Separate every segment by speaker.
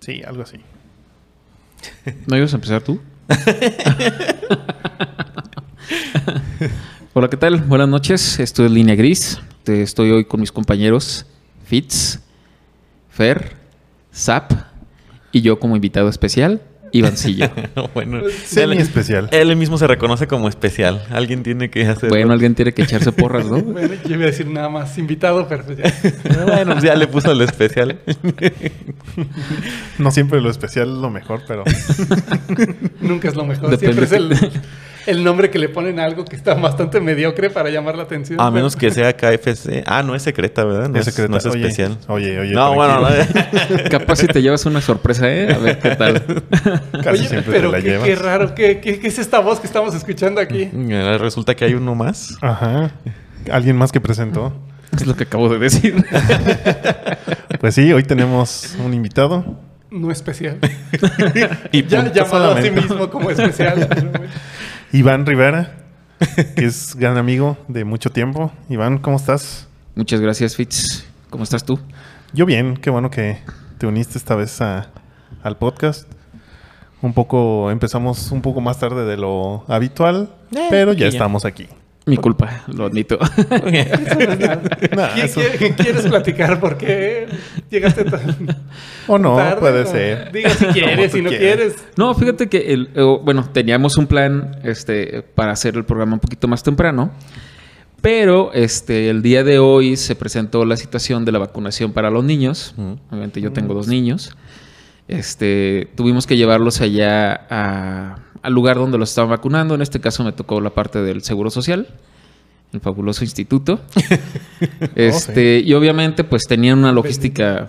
Speaker 1: Sí, algo así.
Speaker 2: ¿No ibas a empezar tú? Hola, ¿qué tal? Buenas noches. Esto es Línea Gris. Te- Estoy hoy con mis compañeros Fitz, Fer, Zap y yo como invitado especial, Ivancillo.
Speaker 3: bueno,
Speaker 1: Semi
Speaker 3: él,
Speaker 1: especial.
Speaker 3: él mismo se reconoce como especial. Alguien tiene que hacer.
Speaker 2: bueno, alguien tiene que echarse porras, ¿no?
Speaker 4: Bueno, yo iba a decir nada más invitado, pero pues ya.
Speaker 3: Bueno, pues ya le puso el especial.
Speaker 1: No siempre lo especial es lo mejor, pero
Speaker 4: Nunca es lo mejor.
Speaker 2: Depende
Speaker 4: Siempre es
Speaker 2: que-
Speaker 4: el, el nombre que le ponen a algo que está bastante mediocre para llamar la atención.
Speaker 3: A menos que sea KFC. Ah, no es secreta, ¿verdad? No
Speaker 1: es
Speaker 3: es,
Speaker 1: secreta.
Speaker 3: no es
Speaker 1: Oye,
Speaker 3: especial.
Speaker 1: Oye, oye.
Speaker 3: no, eh. bueno,
Speaker 1: tranquilo.
Speaker 2: Capaz si te llevas una sorpresa, ¿eh? A ver qué tal.
Speaker 1: Casi
Speaker 4: Oye,
Speaker 1: siempre
Speaker 4: pero
Speaker 1: te la
Speaker 4: qué,
Speaker 1: llevas.
Speaker 4: qué raro, qué, qué- qué es esta voz que estamos escuchando aquí.
Speaker 3: no. Resulta que hay uno más.
Speaker 1: Ajá. Alguien más que presentó.
Speaker 2: Es lo que acabo de decir.
Speaker 1: Pues sí, hoy tenemos un invitado.
Speaker 4: No especial.
Speaker 3: Y
Speaker 4: Ya
Speaker 3: punto
Speaker 4: llamado a sí
Speaker 3: solamente.
Speaker 4: mismo como especial. pero bueno.
Speaker 1: Iván Rivera, que es gran amigo de mucho tiempo. Iván, ¿cómo estás?
Speaker 2: Muchas gracias, Fitz. ¿Cómo estás tú?
Speaker 1: Yo bien, qué bueno que te uniste esta vez a- al podcast. Un poco, empezamos un poco más tarde de lo habitual,
Speaker 3: Eh,
Speaker 1: pero ya
Speaker 3: poquillo.
Speaker 1: estamos aquí.
Speaker 2: Mi culpa, lo admito.
Speaker 1: Nah,
Speaker 4: ¿Qui-
Speaker 1: eso-
Speaker 4: qui- ¿Quieres platicar por qué llegaste tan
Speaker 1: o no,
Speaker 4: tarde?
Speaker 1: puede
Speaker 4: Como-
Speaker 1: ser.
Speaker 4: Digo si quieres,
Speaker 1: tú
Speaker 4: si no
Speaker 1: quieras.
Speaker 4: quieres.
Speaker 2: No, fíjate que el, eh, bueno, teníamos un plan este para hacer el programa un poquito más temprano, pero este el día de hoy se presentó la situación de la vacunación para los niños.
Speaker 3: Mm.
Speaker 2: Obviamente yo tengo dos niños. Este, tuvimos que llevarlos allá a- al lugar donde los estaban vacunando. En este caso me tocó la parte del Seguro Social, el fabuloso instituto. este, y obviamente pues tenían una logística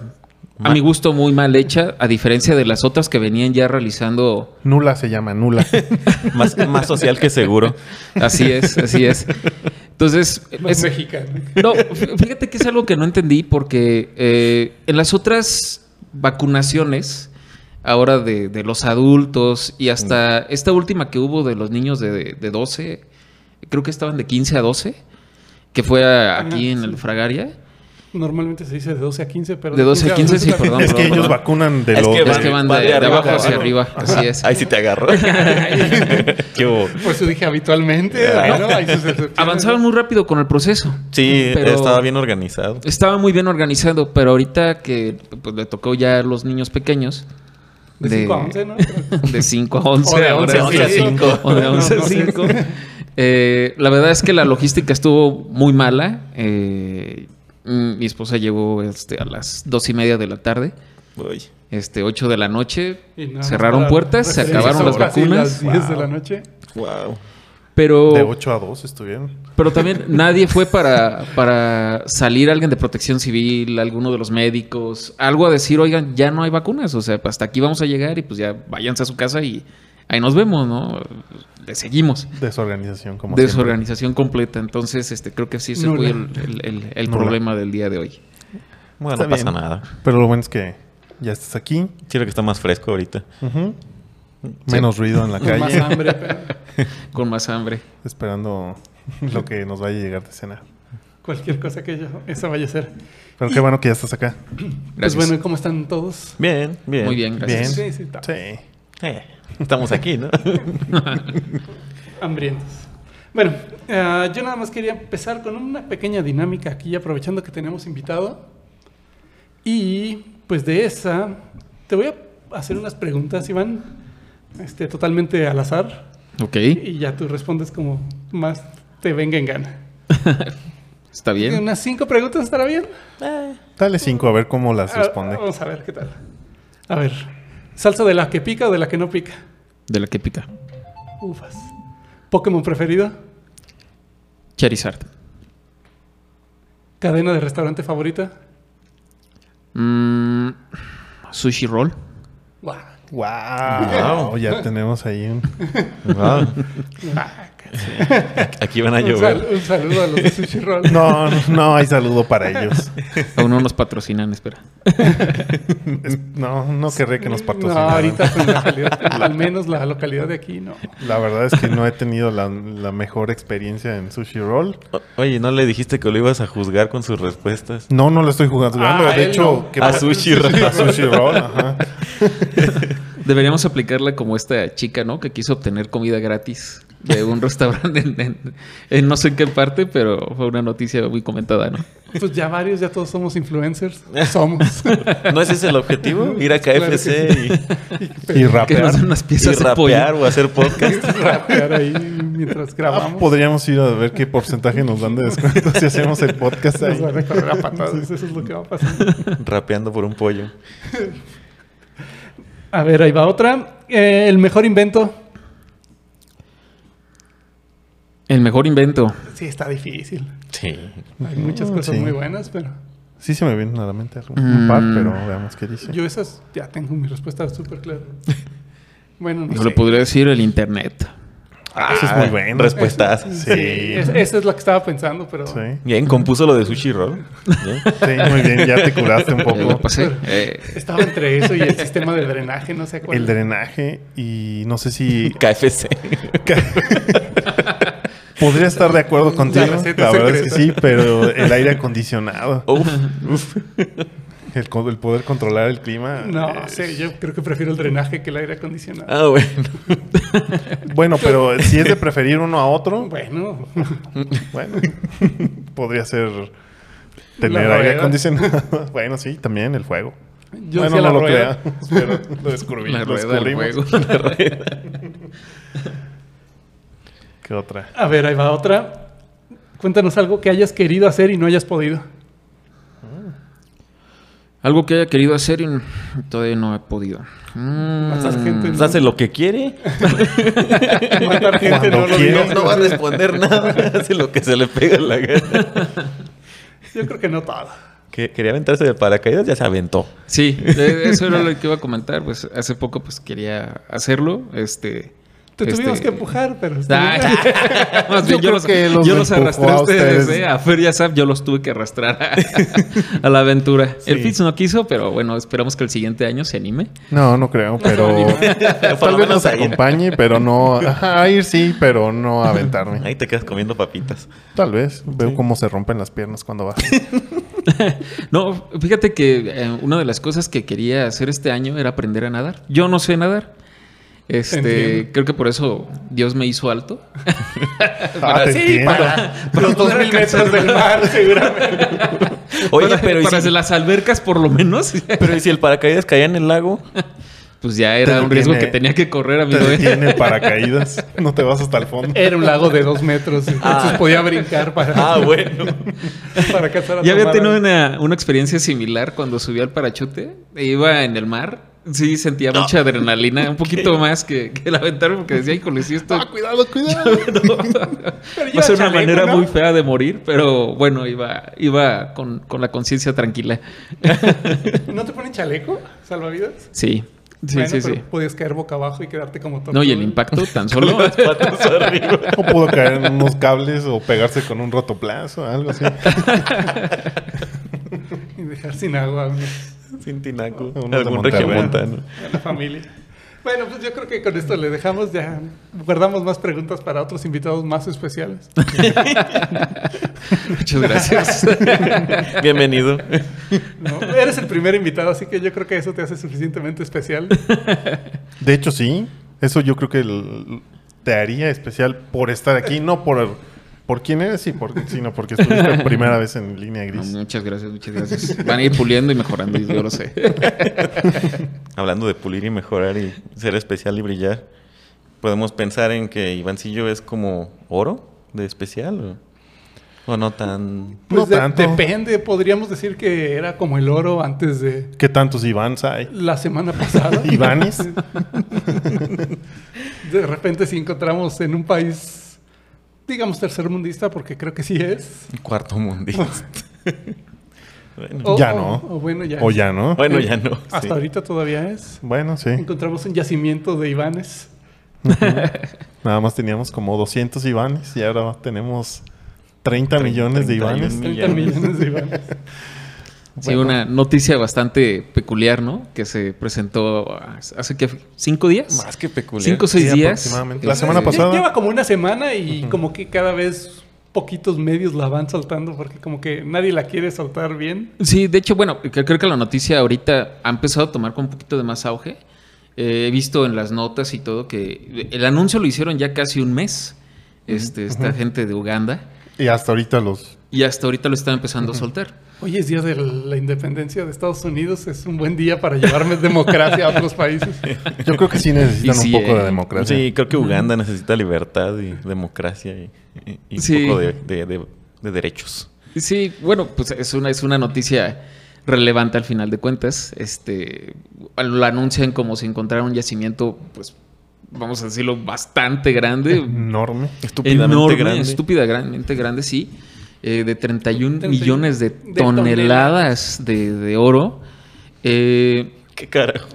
Speaker 2: a mi gusto muy mal hecha, a diferencia de las otras que venían ya realizando.
Speaker 1: Nula se llama, nula.
Speaker 3: más, más social que seguro.
Speaker 2: Así es, así es. Entonces,
Speaker 4: Más
Speaker 2: es,
Speaker 4: mexicano.
Speaker 2: no, fí- fíjate que es algo que no entendí porque eh, en las otras vacunaciones, ahora de, de los adultos y hasta
Speaker 3: Mm.
Speaker 2: esta última que hubo de los niños de, de 12, creo que estaban de 15 a 12, que fue a-
Speaker 3: Ah,
Speaker 4: Ajá,
Speaker 2: aquí en
Speaker 4: sí.
Speaker 2: el Fragaria.
Speaker 4: Normalmente se dice de 12 a 15, pero...
Speaker 2: De 12 a 15, sí,
Speaker 4: también.
Speaker 2: perdón.
Speaker 1: es que ellos vacunan de
Speaker 3: Es
Speaker 1: lo
Speaker 3: que
Speaker 2: Es
Speaker 3: van-
Speaker 2: que van de,
Speaker 3: van de
Speaker 2: de
Speaker 3: arriba
Speaker 2: abajo
Speaker 3: para
Speaker 2: hacia
Speaker 3: abajo.
Speaker 2: arriba, así es.
Speaker 3: Ahí sí te agarro. ¿Qué hubo?
Speaker 4: Por eso dije habitualmente.
Speaker 3: Ah.
Speaker 4: ¿no? Ahí se- se- se-
Speaker 2: Avanzaron muy rápido con el proceso.
Speaker 3: Sí,
Speaker 2: Pero-
Speaker 3: estaba bien organizado.
Speaker 2: Estaba muy bien organizado, pero ahorita que pues, le tocó ya a los niños pequeños.
Speaker 4: De 5 a 11, ¿no?
Speaker 2: De 5 a
Speaker 4: O
Speaker 2: 11.
Speaker 4: de
Speaker 2: ahora
Speaker 4: 11 a
Speaker 2: sí.
Speaker 4: 5.
Speaker 2: O de 11 a
Speaker 4: No, no sé.
Speaker 2: 5. Eh, la verdad es que la logística estuvo muy mala. Eh, mm, mi esposa llegó este, a las dos y media de la tarde,
Speaker 3: Uy.
Speaker 2: este, 8 de la noche.
Speaker 4: Y nada más
Speaker 2: Cerraron
Speaker 4: para-
Speaker 2: puertas, se
Speaker 4: Sí,
Speaker 2: acabaron
Speaker 4: son
Speaker 2: las
Speaker 4: casi
Speaker 2: vacunas.
Speaker 4: Las 10 de
Speaker 1: Wow.
Speaker 4: la noche.
Speaker 3: Wow.
Speaker 2: Pero,
Speaker 1: de 8 a 2 estuvieron.
Speaker 2: pero también nadie fue para, para salir alguien de protección civil, alguno de los médicos, algo a decir, oigan, ya no hay vacunas, o sea, hasta aquí vamos a llegar y pues ya váyanse a su casa y ahí nos vemos, ¿no? Le seguimos.
Speaker 1: Desorganización, como siempre.
Speaker 2: desorganización completa. Entonces, este, creo que sí se
Speaker 4: Nula.
Speaker 2: fue el, el- el- el
Speaker 1: Nula.
Speaker 2: problema del día de hoy.
Speaker 3: Bueno,
Speaker 1: Está
Speaker 3: no pasa
Speaker 1: bien.
Speaker 3: nada.
Speaker 1: Pero lo bueno es que ya estás aquí.
Speaker 3: Quiero que está más fresco ahorita.
Speaker 1: Ujú. Menos ruido en la
Speaker 4: Con más
Speaker 1: calle.
Speaker 4: hambre, pero
Speaker 2: Con más hambre.
Speaker 1: Esperando lo que nos vaya a llegar de cenar.
Speaker 4: cualquier cosa que yo, esa vaya a ser.
Speaker 1: Pero qué bueno que ya estás acá.
Speaker 2: Gracias.
Speaker 4: Pues bueno, ¿cómo están todos?
Speaker 3: Bien, bien.
Speaker 2: Muy bien,
Speaker 1: Bien.
Speaker 2: gracias.
Speaker 4: Sí, sí, está-
Speaker 1: Sí.
Speaker 3: Eh, estamos aquí, ¿no?
Speaker 4: hambrientos. Bueno, ah, yo nada más quería empezar con una pequeña dinámica aquí, aprovechando que tenemos invitado. Y pues de esa, te voy a hacer unas preguntas, Iván, este, totalmente al azar.
Speaker 2: Ok,
Speaker 4: Y ya tú respondes como más te venga en gana.
Speaker 2: está bien.
Speaker 4: Unas cinco preguntas estará bien.
Speaker 1: Dale 5 a ver cómo las
Speaker 4: Ah,
Speaker 1: responde.
Speaker 4: Vamos a ver qué tal. A ver, salsa de la que pica o de la que no pica.
Speaker 2: De la que pica.
Speaker 4: Ufas. Pokémon preferido.
Speaker 2: Charizard.
Speaker 4: Cadena de restaurante favorita.
Speaker 2: Mm, sushi roll.
Speaker 4: Guau,
Speaker 1: Wow. Ya tenemos ahí un...
Speaker 3: Wow. Ah. Aquí van a
Speaker 4: Un, sal-
Speaker 3: llover.
Speaker 4: un saludo a los de Sushi Roll.
Speaker 1: Ah, No, no, no hay saludo para ellos.
Speaker 2: Aún no nos patrocinan, espera.
Speaker 1: Es- No, no querré que nos
Speaker 4: No,
Speaker 1: patrocinaran.
Speaker 4: ahorita pues con la calidad- al menos la localidad de aquí, no.
Speaker 1: La verdad es que no he tenido la, la mejor experiencia en Sushi Roll.
Speaker 3: O- Oye, ¿no le dijiste que lo ibas a juzgar con sus respuestas?
Speaker 1: No, no lo estoy jugando.
Speaker 4: Ah,
Speaker 1: de
Speaker 4: él
Speaker 1: hecho,
Speaker 4: no.
Speaker 1: que
Speaker 3: A Sushi Roll.
Speaker 1: A Sushi Roll, ajá.
Speaker 2: Deberíamos aplicarla como esta chica, ¿no? Que quiso obtener comida gratis de un restaurante en, en- en no sé en qué parte, pero fue una noticia muy comentada, ¿no?
Speaker 4: Pues ya varios, ya todos somos influencers. Somos.
Speaker 3: ¿No ese es el objetivo? Ir a
Speaker 4: Claro que
Speaker 3: KFC
Speaker 1: Y
Speaker 2: Que nos
Speaker 1: rapear.
Speaker 2: dan unas
Speaker 3: y, y
Speaker 2: piezas de
Speaker 3: rapear
Speaker 2: pollo.
Speaker 3: o hacer podcast.
Speaker 4: rapear ahí mientras
Speaker 1: Ah,
Speaker 4: grabamos.
Speaker 1: Podríamos ir a ver qué porcentaje nos dan de descuento si hacemos el podcast
Speaker 4: Nos
Speaker 1: ahí.
Speaker 4: van a correr a patadas, Eso es lo que va a pasar.
Speaker 3: Rapeando por un pollo.
Speaker 4: A ver, ahí va otra. Eh, el mejor invento.
Speaker 2: El mejor invento.
Speaker 4: Sí, está difícil.
Speaker 3: Sí.
Speaker 4: Hay muchas
Speaker 1: Mm,
Speaker 4: cosas
Speaker 1: sí.
Speaker 4: muy buenas, pero
Speaker 1: Sí se me vienen a la mente un par,
Speaker 2: Mm.
Speaker 1: pero veamos qué dice.
Speaker 4: yo esas ya tengo mi respuesta súper clara. Bueno, no
Speaker 2: Yo
Speaker 4: sé.
Speaker 2: le podría decir el internet.
Speaker 1: Ah, eso es muy bueno.
Speaker 3: Respuestas.
Speaker 1: Sí.
Speaker 4: es- esa es la que estaba pensando, pero
Speaker 1: Sí.
Speaker 3: Bien, compuso lo de sushi roll. Bien.
Speaker 1: Sí, muy bien. Ya te curaste un
Speaker 2: Ya lo
Speaker 1: poco.
Speaker 2: pasé. Eh,
Speaker 4: estaba entre eso y el sistema de drenaje, no sé cuál.
Speaker 1: El drenaje y no sé si
Speaker 3: KFC.
Speaker 1: podría estar de acuerdo contigo. La,
Speaker 4: receta
Speaker 1: verdad es que
Speaker 4: secreta.
Speaker 1: sí, pero el aire acondicionado,
Speaker 3: Uf.
Speaker 1: el, co- el poder controlar el clima.
Speaker 4: No
Speaker 1: eh,
Speaker 4: sé, yo creo que prefiero el drenaje que el aire acondicionado.
Speaker 3: Ah, bueno.
Speaker 1: Bueno, pero si es de preferir uno a otro,
Speaker 4: Bueno,
Speaker 1: Bueno, podría ser tener
Speaker 4: La
Speaker 1: aire
Speaker 4: rueda.
Speaker 1: acondicionado. bueno, sí, también el fuego.
Speaker 4: yo
Speaker 1: bueno,
Speaker 4: hacía la
Speaker 1: no lo
Speaker 4: rueda.
Speaker 1: creamos, pero lo descubrimos.
Speaker 2: la
Speaker 1: lo
Speaker 2: rueda del
Speaker 1: descubrimos.
Speaker 2: juego.
Speaker 1: ¿Qué otra?
Speaker 4: A ver, ahí va otra. Cuéntanos algo que hayas querido hacer y no hayas podido.
Speaker 2: Algo que haya querido hacer y n- todavía no he podido. Mm,
Speaker 4: Matar gente.
Speaker 3: Pues hace lo que quiere.
Speaker 4: Matar gente
Speaker 1: Cuando
Speaker 4: no lo
Speaker 1: quiere.
Speaker 3: No,
Speaker 4: digo.
Speaker 3: no va a responder nada. Hace lo que se le pega en la gana.
Speaker 4: Yo creo que no todo.
Speaker 3: Que quería aventarse de paracaídas, ya se aventó.
Speaker 2: Sí, de- eso era lo que iba a comentar. Pues hace poco pues quería hacerlo. Este.
Speaker 4: Te
Speaker 2: este-
Speaker 4: tuvimos que empujar, pero...
Speaker 2: Ah, ya. Más bien,
Speaker 1: Yo
Speaker 2: yo,
Speaker 1: creo
Speaker 2: los,
Speaker 1: que los
Speaker 2: yo los
Speaker 1: empujó
Speaker 2: arrastré
Speaker 1: a
Speaker 2: a ustedes,
Speaker 1: ustedes.
Speaker 2: ¿eh? A Fer y a Saf yo los tuve que arrastrar a, a la aventura. El
Speaker 1: Sí.
Speaker 2: Fitz no quiso, pero bueno, esperamos que el siguiente año se anime.
Speaker 1: No, no creo, pero
Speaker 3: Por
Speaker 1: tal
Speaker 3: lo
Speaker 1: vez nos
Speaker 3: menos a ir.
Speaker 1: acompañe, pero no. Ajá, a ir sí, pero no a aventarme.
Speaker 3: Ahí te quedas comiendo papitas.
Speaker 1: Tal vez. Veo cómo se rompen las piernas cuando bajo.
Speaker 2: No, fíjate que eh, una de las cosas que quería hacer este año era aprender a nadar. Yo no sé nadar. Este,
Speaker 4: Entiendo.
Speaker 2: creo que por eso Dios me hizo alto.
Speaker 1: Ah, te
Speaker 4: sí,
Speaker 1: entiendo.
Speaker 4: para, los 2000 metros del mar, seguramente.
Speaker 3: Oye,
Speaker 2: para,
Speaker 3: pero, ¿y
Speaker 2: para
Speaker 3: si,
Speaker 2: las albercas por lo menos.
Speaker 3: pero ¿y si el paracaídas caía en el lago?
Speaker 2: pues ya era
Speaker 1: Te
Speaker 2: un riesgo que
Speaker 1: detiene-
Speaker 2: tenía que correr,
Speaker 1: Te
Speaker 2: amigo. ¿eh?
Speaker 1: detiene paracaídas. No te vas hasta el fondo.
Speaker 4: Era un lago de dos metros, entonces
Speaker 3: Ah.
Speaker 4: podía brincar para,
Speaker 3: Ah, bueno.
Speaker 4: para cazar a
Speaker 2: Ya había
Speaker 4: tomar
Speaker 2: tenido
Speaker 4: algo.
Speaker 2: una, una experiencia similar cuando subí al parachute e iba en el mar. Sí, sentía mucha adrenalina, un poquito más que, que el aventarme porque decía, híjole, sí, esto
Speaker 1: Ah, cuidado, cuidado.
Speaker 4: Pero
Speaker 2: va a ser
Speaker 4: lleva
Speaker 2: una
Speaker 4: chaleco,
Speaker 2: manera
Speaker 4: ¿no?
Speaker 2: muy fea de morir, pero bueno, iba, iba con, con la conciencia tranquila.
Speaker 4: ¿No te ponen chaleco? ¿Salvavidas?
Speaker 2: Sí, sí,
Speaker 4: Bueno,
Speaker 2: sí,
Speaker 4: pero
Speaker 2: sí.
Speaker 4: Podías caer boca abajo y quedarte como tonto.
Speaker 2: No, y el impacto tan solo.
Speaker 3: Las patas arriba.
Speaker 1: O pudo caer en unos cables o pegarse con un rotoplazo, algo así.
Speaker 4: Y dejar sin agua a unos-
Speaker 3: Sin tinaco.
Speaker 1: Uno de
Speaker 3: Algún
Speaker 1: Monterrey.
Speaker 3: regiomontano.
Speaker 4: a la familia. Bueno, pues yo creo que con esto le dejamos ya. Guardamos más preguntas para otros invitados más especiales.
Speaker 2: Muchas gracias.
Speaker 3: Bienvenido.
Speaker 4: ¿no? Eres el primer invitado, así que yo creo que eso te hace suficientemente especial.
Speaker 1: De hecho, sí. Eso yo creo que el- te haría especial por estar aquí, no por, por quién eres, y por, sino porque estuviste primera vez en línea
Speaker 2: No,
Speaker 1: gris.
Speaker 2: muchas gracias, muchas gracias. Van a ir puliendo y mejorando, yo lo sé.
Speaker 3: Hablando de pulir y mejorar y ser especial y brillar, podemos pensar en que Ivancillo es como oro de especial o, o no tan.
Speaker 1: No
Speaker 4: Pues de-
Speaker 1: tanto.
Speaker 4: Depende, podríamos decir que era como el oro antes de
Speaker 1: ¿Qué tantos Ivans hay?
Speaker 4: la semana pasada.
Speaker 1: ¿Ivanes?
Speaker 4: De repente si encontramos en un país, digamos tercermundista, porque creo que sí es.
Speaker 3: Cuarto mundista. Bueno,
Speaker 4: O-
Speaker 1: Ya
Speaker 4: o-
Speaker 1: no.
Speaker 4: O bueno, ya.
Speaker 1: O
Speaker 4: es.
Speaker 1: ya Eh. no.
Speaker 3: Bueno, ya no.
Speaker 4: Hasta
Speaker 3: sí.
Speaker 4: ahorita todavía es.
Speaker 1: Bueno, sí.
Speaker 4: Encontramos un yacimiento de Ivanes.
Speaker 1: Nada más teníamos como 200 Ivanes y ahora tenemos 30 millones de
Speaker 3: 31
Speaker 1: Ivanes.
Speaker 4: 30
Speaker 3: Millones.
Speaker 4: millones de Ivanes.
Speaker 2: Sí, una noticia bastante peculiar, ¿no? Que se presentó hace que cinco días.
Speaker 3: Más que peculiar.
Speaker 2: Cinco o seis
Speaker 1: Sí,
Speaker 2: días.
Speaker 1: aproximadamente. La
Speaker 2: Este,
Speaker 1: semana pasada.
Speaker 4: Lle- Lleva como una semana y como que cada vez poquitos medios la van soltando porque como que nadie la quiere soltar bien.
Speaker 2: Sí, de hecho, bueno, que- creo que la noticia ahorita ha empezado a tomar con un poquito de más auge. Eh, he visto en las notas y todo que el anuncio lo hicieron ya casi un mes. Este, esta gente de Uganda.
Speaker 1: Y hasta ahorita los...
Speaker 2: Y hasta ahorita lo están empezando a soltar.
Speaker 4: Hoy es día de la independencia de Estados Unidos, es un buen día para llevarme democracia a otros países.
Speaker 1: Yo creo que sí necesitan
Speaker 2: Y sí,
Speaker 1: un poco
Speaker 2: eh.
Speaker 1: de democracia.
Speaker 3: Sí, creo que Uganda necesita libertad y democracia y, y- y
Speaker 2: Sí.
Speaker 3: un poco de, de- de- de derechos.
Speaker 2: Sí, bueno, pues es una, es una noticia relevante al final de cuentas. Este, lo anuncian como si encontraran un yacimiento, pues, vamos a decirlo, bastante grande.
Speaker 1: Enorme.
Speaker 3: Estúpidamente
Speaker 2: enorme,
Speaker 3: grande.
Speaker 2: estúpidamente grande, sí. eh, de 31,
Speaker 4: 31
Speaker 2: millones de,
Speaker 4: de
Speaker 2: toneladas de, de oro. Eh,
Speaker 3: ¿Qué carajo?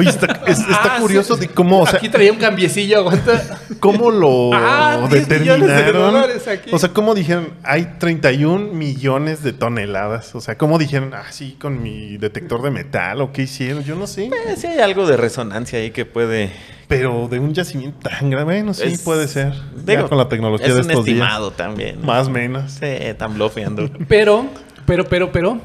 Speaker 1: Oye, está, es- está
Speaker 4: Ah,
Speaker 1: curioso
Speaker 4: sí.
Speaker 1: de cómo, o sea,
Speaker 4: Aquí traía un cambiecillo, aguanta.
Speaker 1: cómo lo
Speaker 4: Ah, 10 millones de
Speaker 1: determinaron.
Speaker 4: dólares aquí.
Speaker 1: o sea, cómo dijeron, hay 31 millones de toneladas. O sea, cómo dijeron, ah, sí, con mi detector de metal o qué hicieron, yo no sé.
Speaker 3: Eh, sí hay algo de resonancia ahí que puede...
Speaker 1: Pero de un yacimiento tan grave, bueno, sí,
Speaker 3: es-
Speaker 1: puede ser. Ya
Speaker 3: digo,
Speaker 1: con la tecnología
Speaker 3: es
Speaker 1: de
Speaker 3: un
Speaker 1: estos días.
Speaker 3: estimado también. ¿no?
Speaker 1: Más o menos.
Speaker 3: Sí, están bloqueando.
Speaker 4: Pero, pero, pero, pero,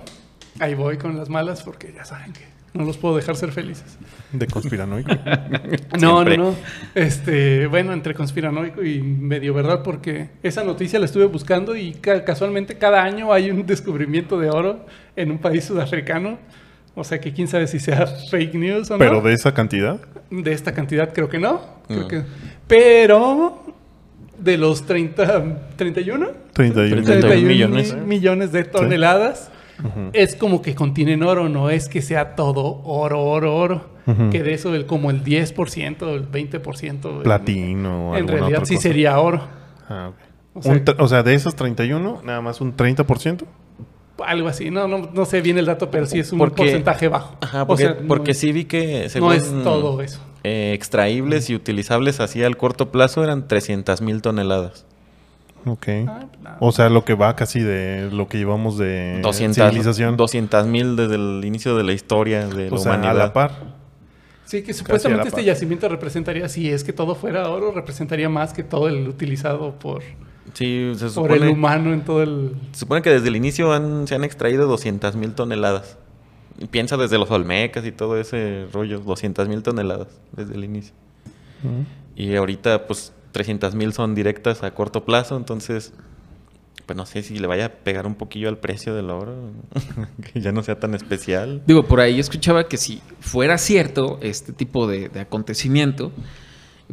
Speaker 4: ahí voy con las malas porque ya saben que no los puedo dejar ser felices.
Speaker 1: De conspiranoico.
Speaker 4: No, no,
Speaker 3: Siempre.
Speaker 4: no. Este, bueno, entre conspiranoico y medio verdad, porque esa noticia la estuve buscando y ca- casualmente cada año hay un descubrimiento de oro en un país sudafricano. O sea que quién sabe si sea fake news o
Speaker 1: Pero
Speaker 4: no.
Speaker 1: de esa cantidad.
Speaker 4: De esta cantidad creo que no. Creo
Speaker 3: Mm.
Speaker 4: que- Pero de los 30, 31,
Speaker 1: 31.
Speaker 3: 31
Speaker 4: 31
Speaker 3: millones.
Speaker 4: mi- millones de toneladas. Es como que contienen oro, no es que sea todo oro, oro, oro.
Speaker 1: Ujú.
Speaker 4: Que de eso el, como el 10%, el 20%. en-
Speaker 1: Platino o
Speaker 4: En,
Speaker 1: alguna
Speaker 4: realidad
Speaker 1: otra
Speaker 4: sí
Speaker 1: cosa.
Speaker 4: sería oro.
Speaker 1: Ah, ok.
Speaker 4: O sea-
Speaker 1: Un tre- o sea, de esos 31, nada más un 30%.
Speaker 4: Algo así. No, no, no sé bien el dato, pero sí es un
Speaker 3: Porque-
Speaker 4: porcentaje bajo.
Speaker 3: Ajá,
Speaker 4: O
Speaker 3: porque,
Speaker 4: sea, no
Speaker 3: porque
Speaker 4: es-
Speaker 3: sí vi que
Speaker 4: no
Speaker 3: según,
Speaker 4: es todo eso.
Speaker 3: eh, extraíbles y utilizables así al corto plazo eran 300 mil toneladas.
Speaker 1: Ok.
Speaker 4: Ah, no.
Speaker 1: O sea, lo que va casi de lo que llevamos de
Speaker 3: 200
Speaker 1: civilización.
Speaker 3: 200 mil desde el inicio de la historia de la
Speaker 1: o sea, a
Speaker 3: humanidad.
Speaker 1: la par.
Speaker 4: Sí, que
Speaker 1: a
Speaker 4: supuestamente
Speaker 1: la
Speaker 4: este
Speaker 1: par.
Speaker 4: yacimiento representaría, si es que todo fuera oro, representaría más que todo el utilizado por,
Speaker 3: Sí, se
Speaker 4: por el
Speaker 3: supone,
Speaker 4: humano en todo el...
Speaker 3: se supone que desde el inicio han- se han extraído 200 mil toneladas. Y Piensa desde los Olmecas y todo ese rollo, 200 mil toneladas desde el inicio. Y ahorita, pues, 300 mil son directas a corto plazo, entonces, pues no sé si le vaya a pegar un poquillo al precio del oro, que ya no sea tan especial.
Speaker 2: digo, por ahí escuchaba que si fuera cierto este tipo de, de acontecimiento,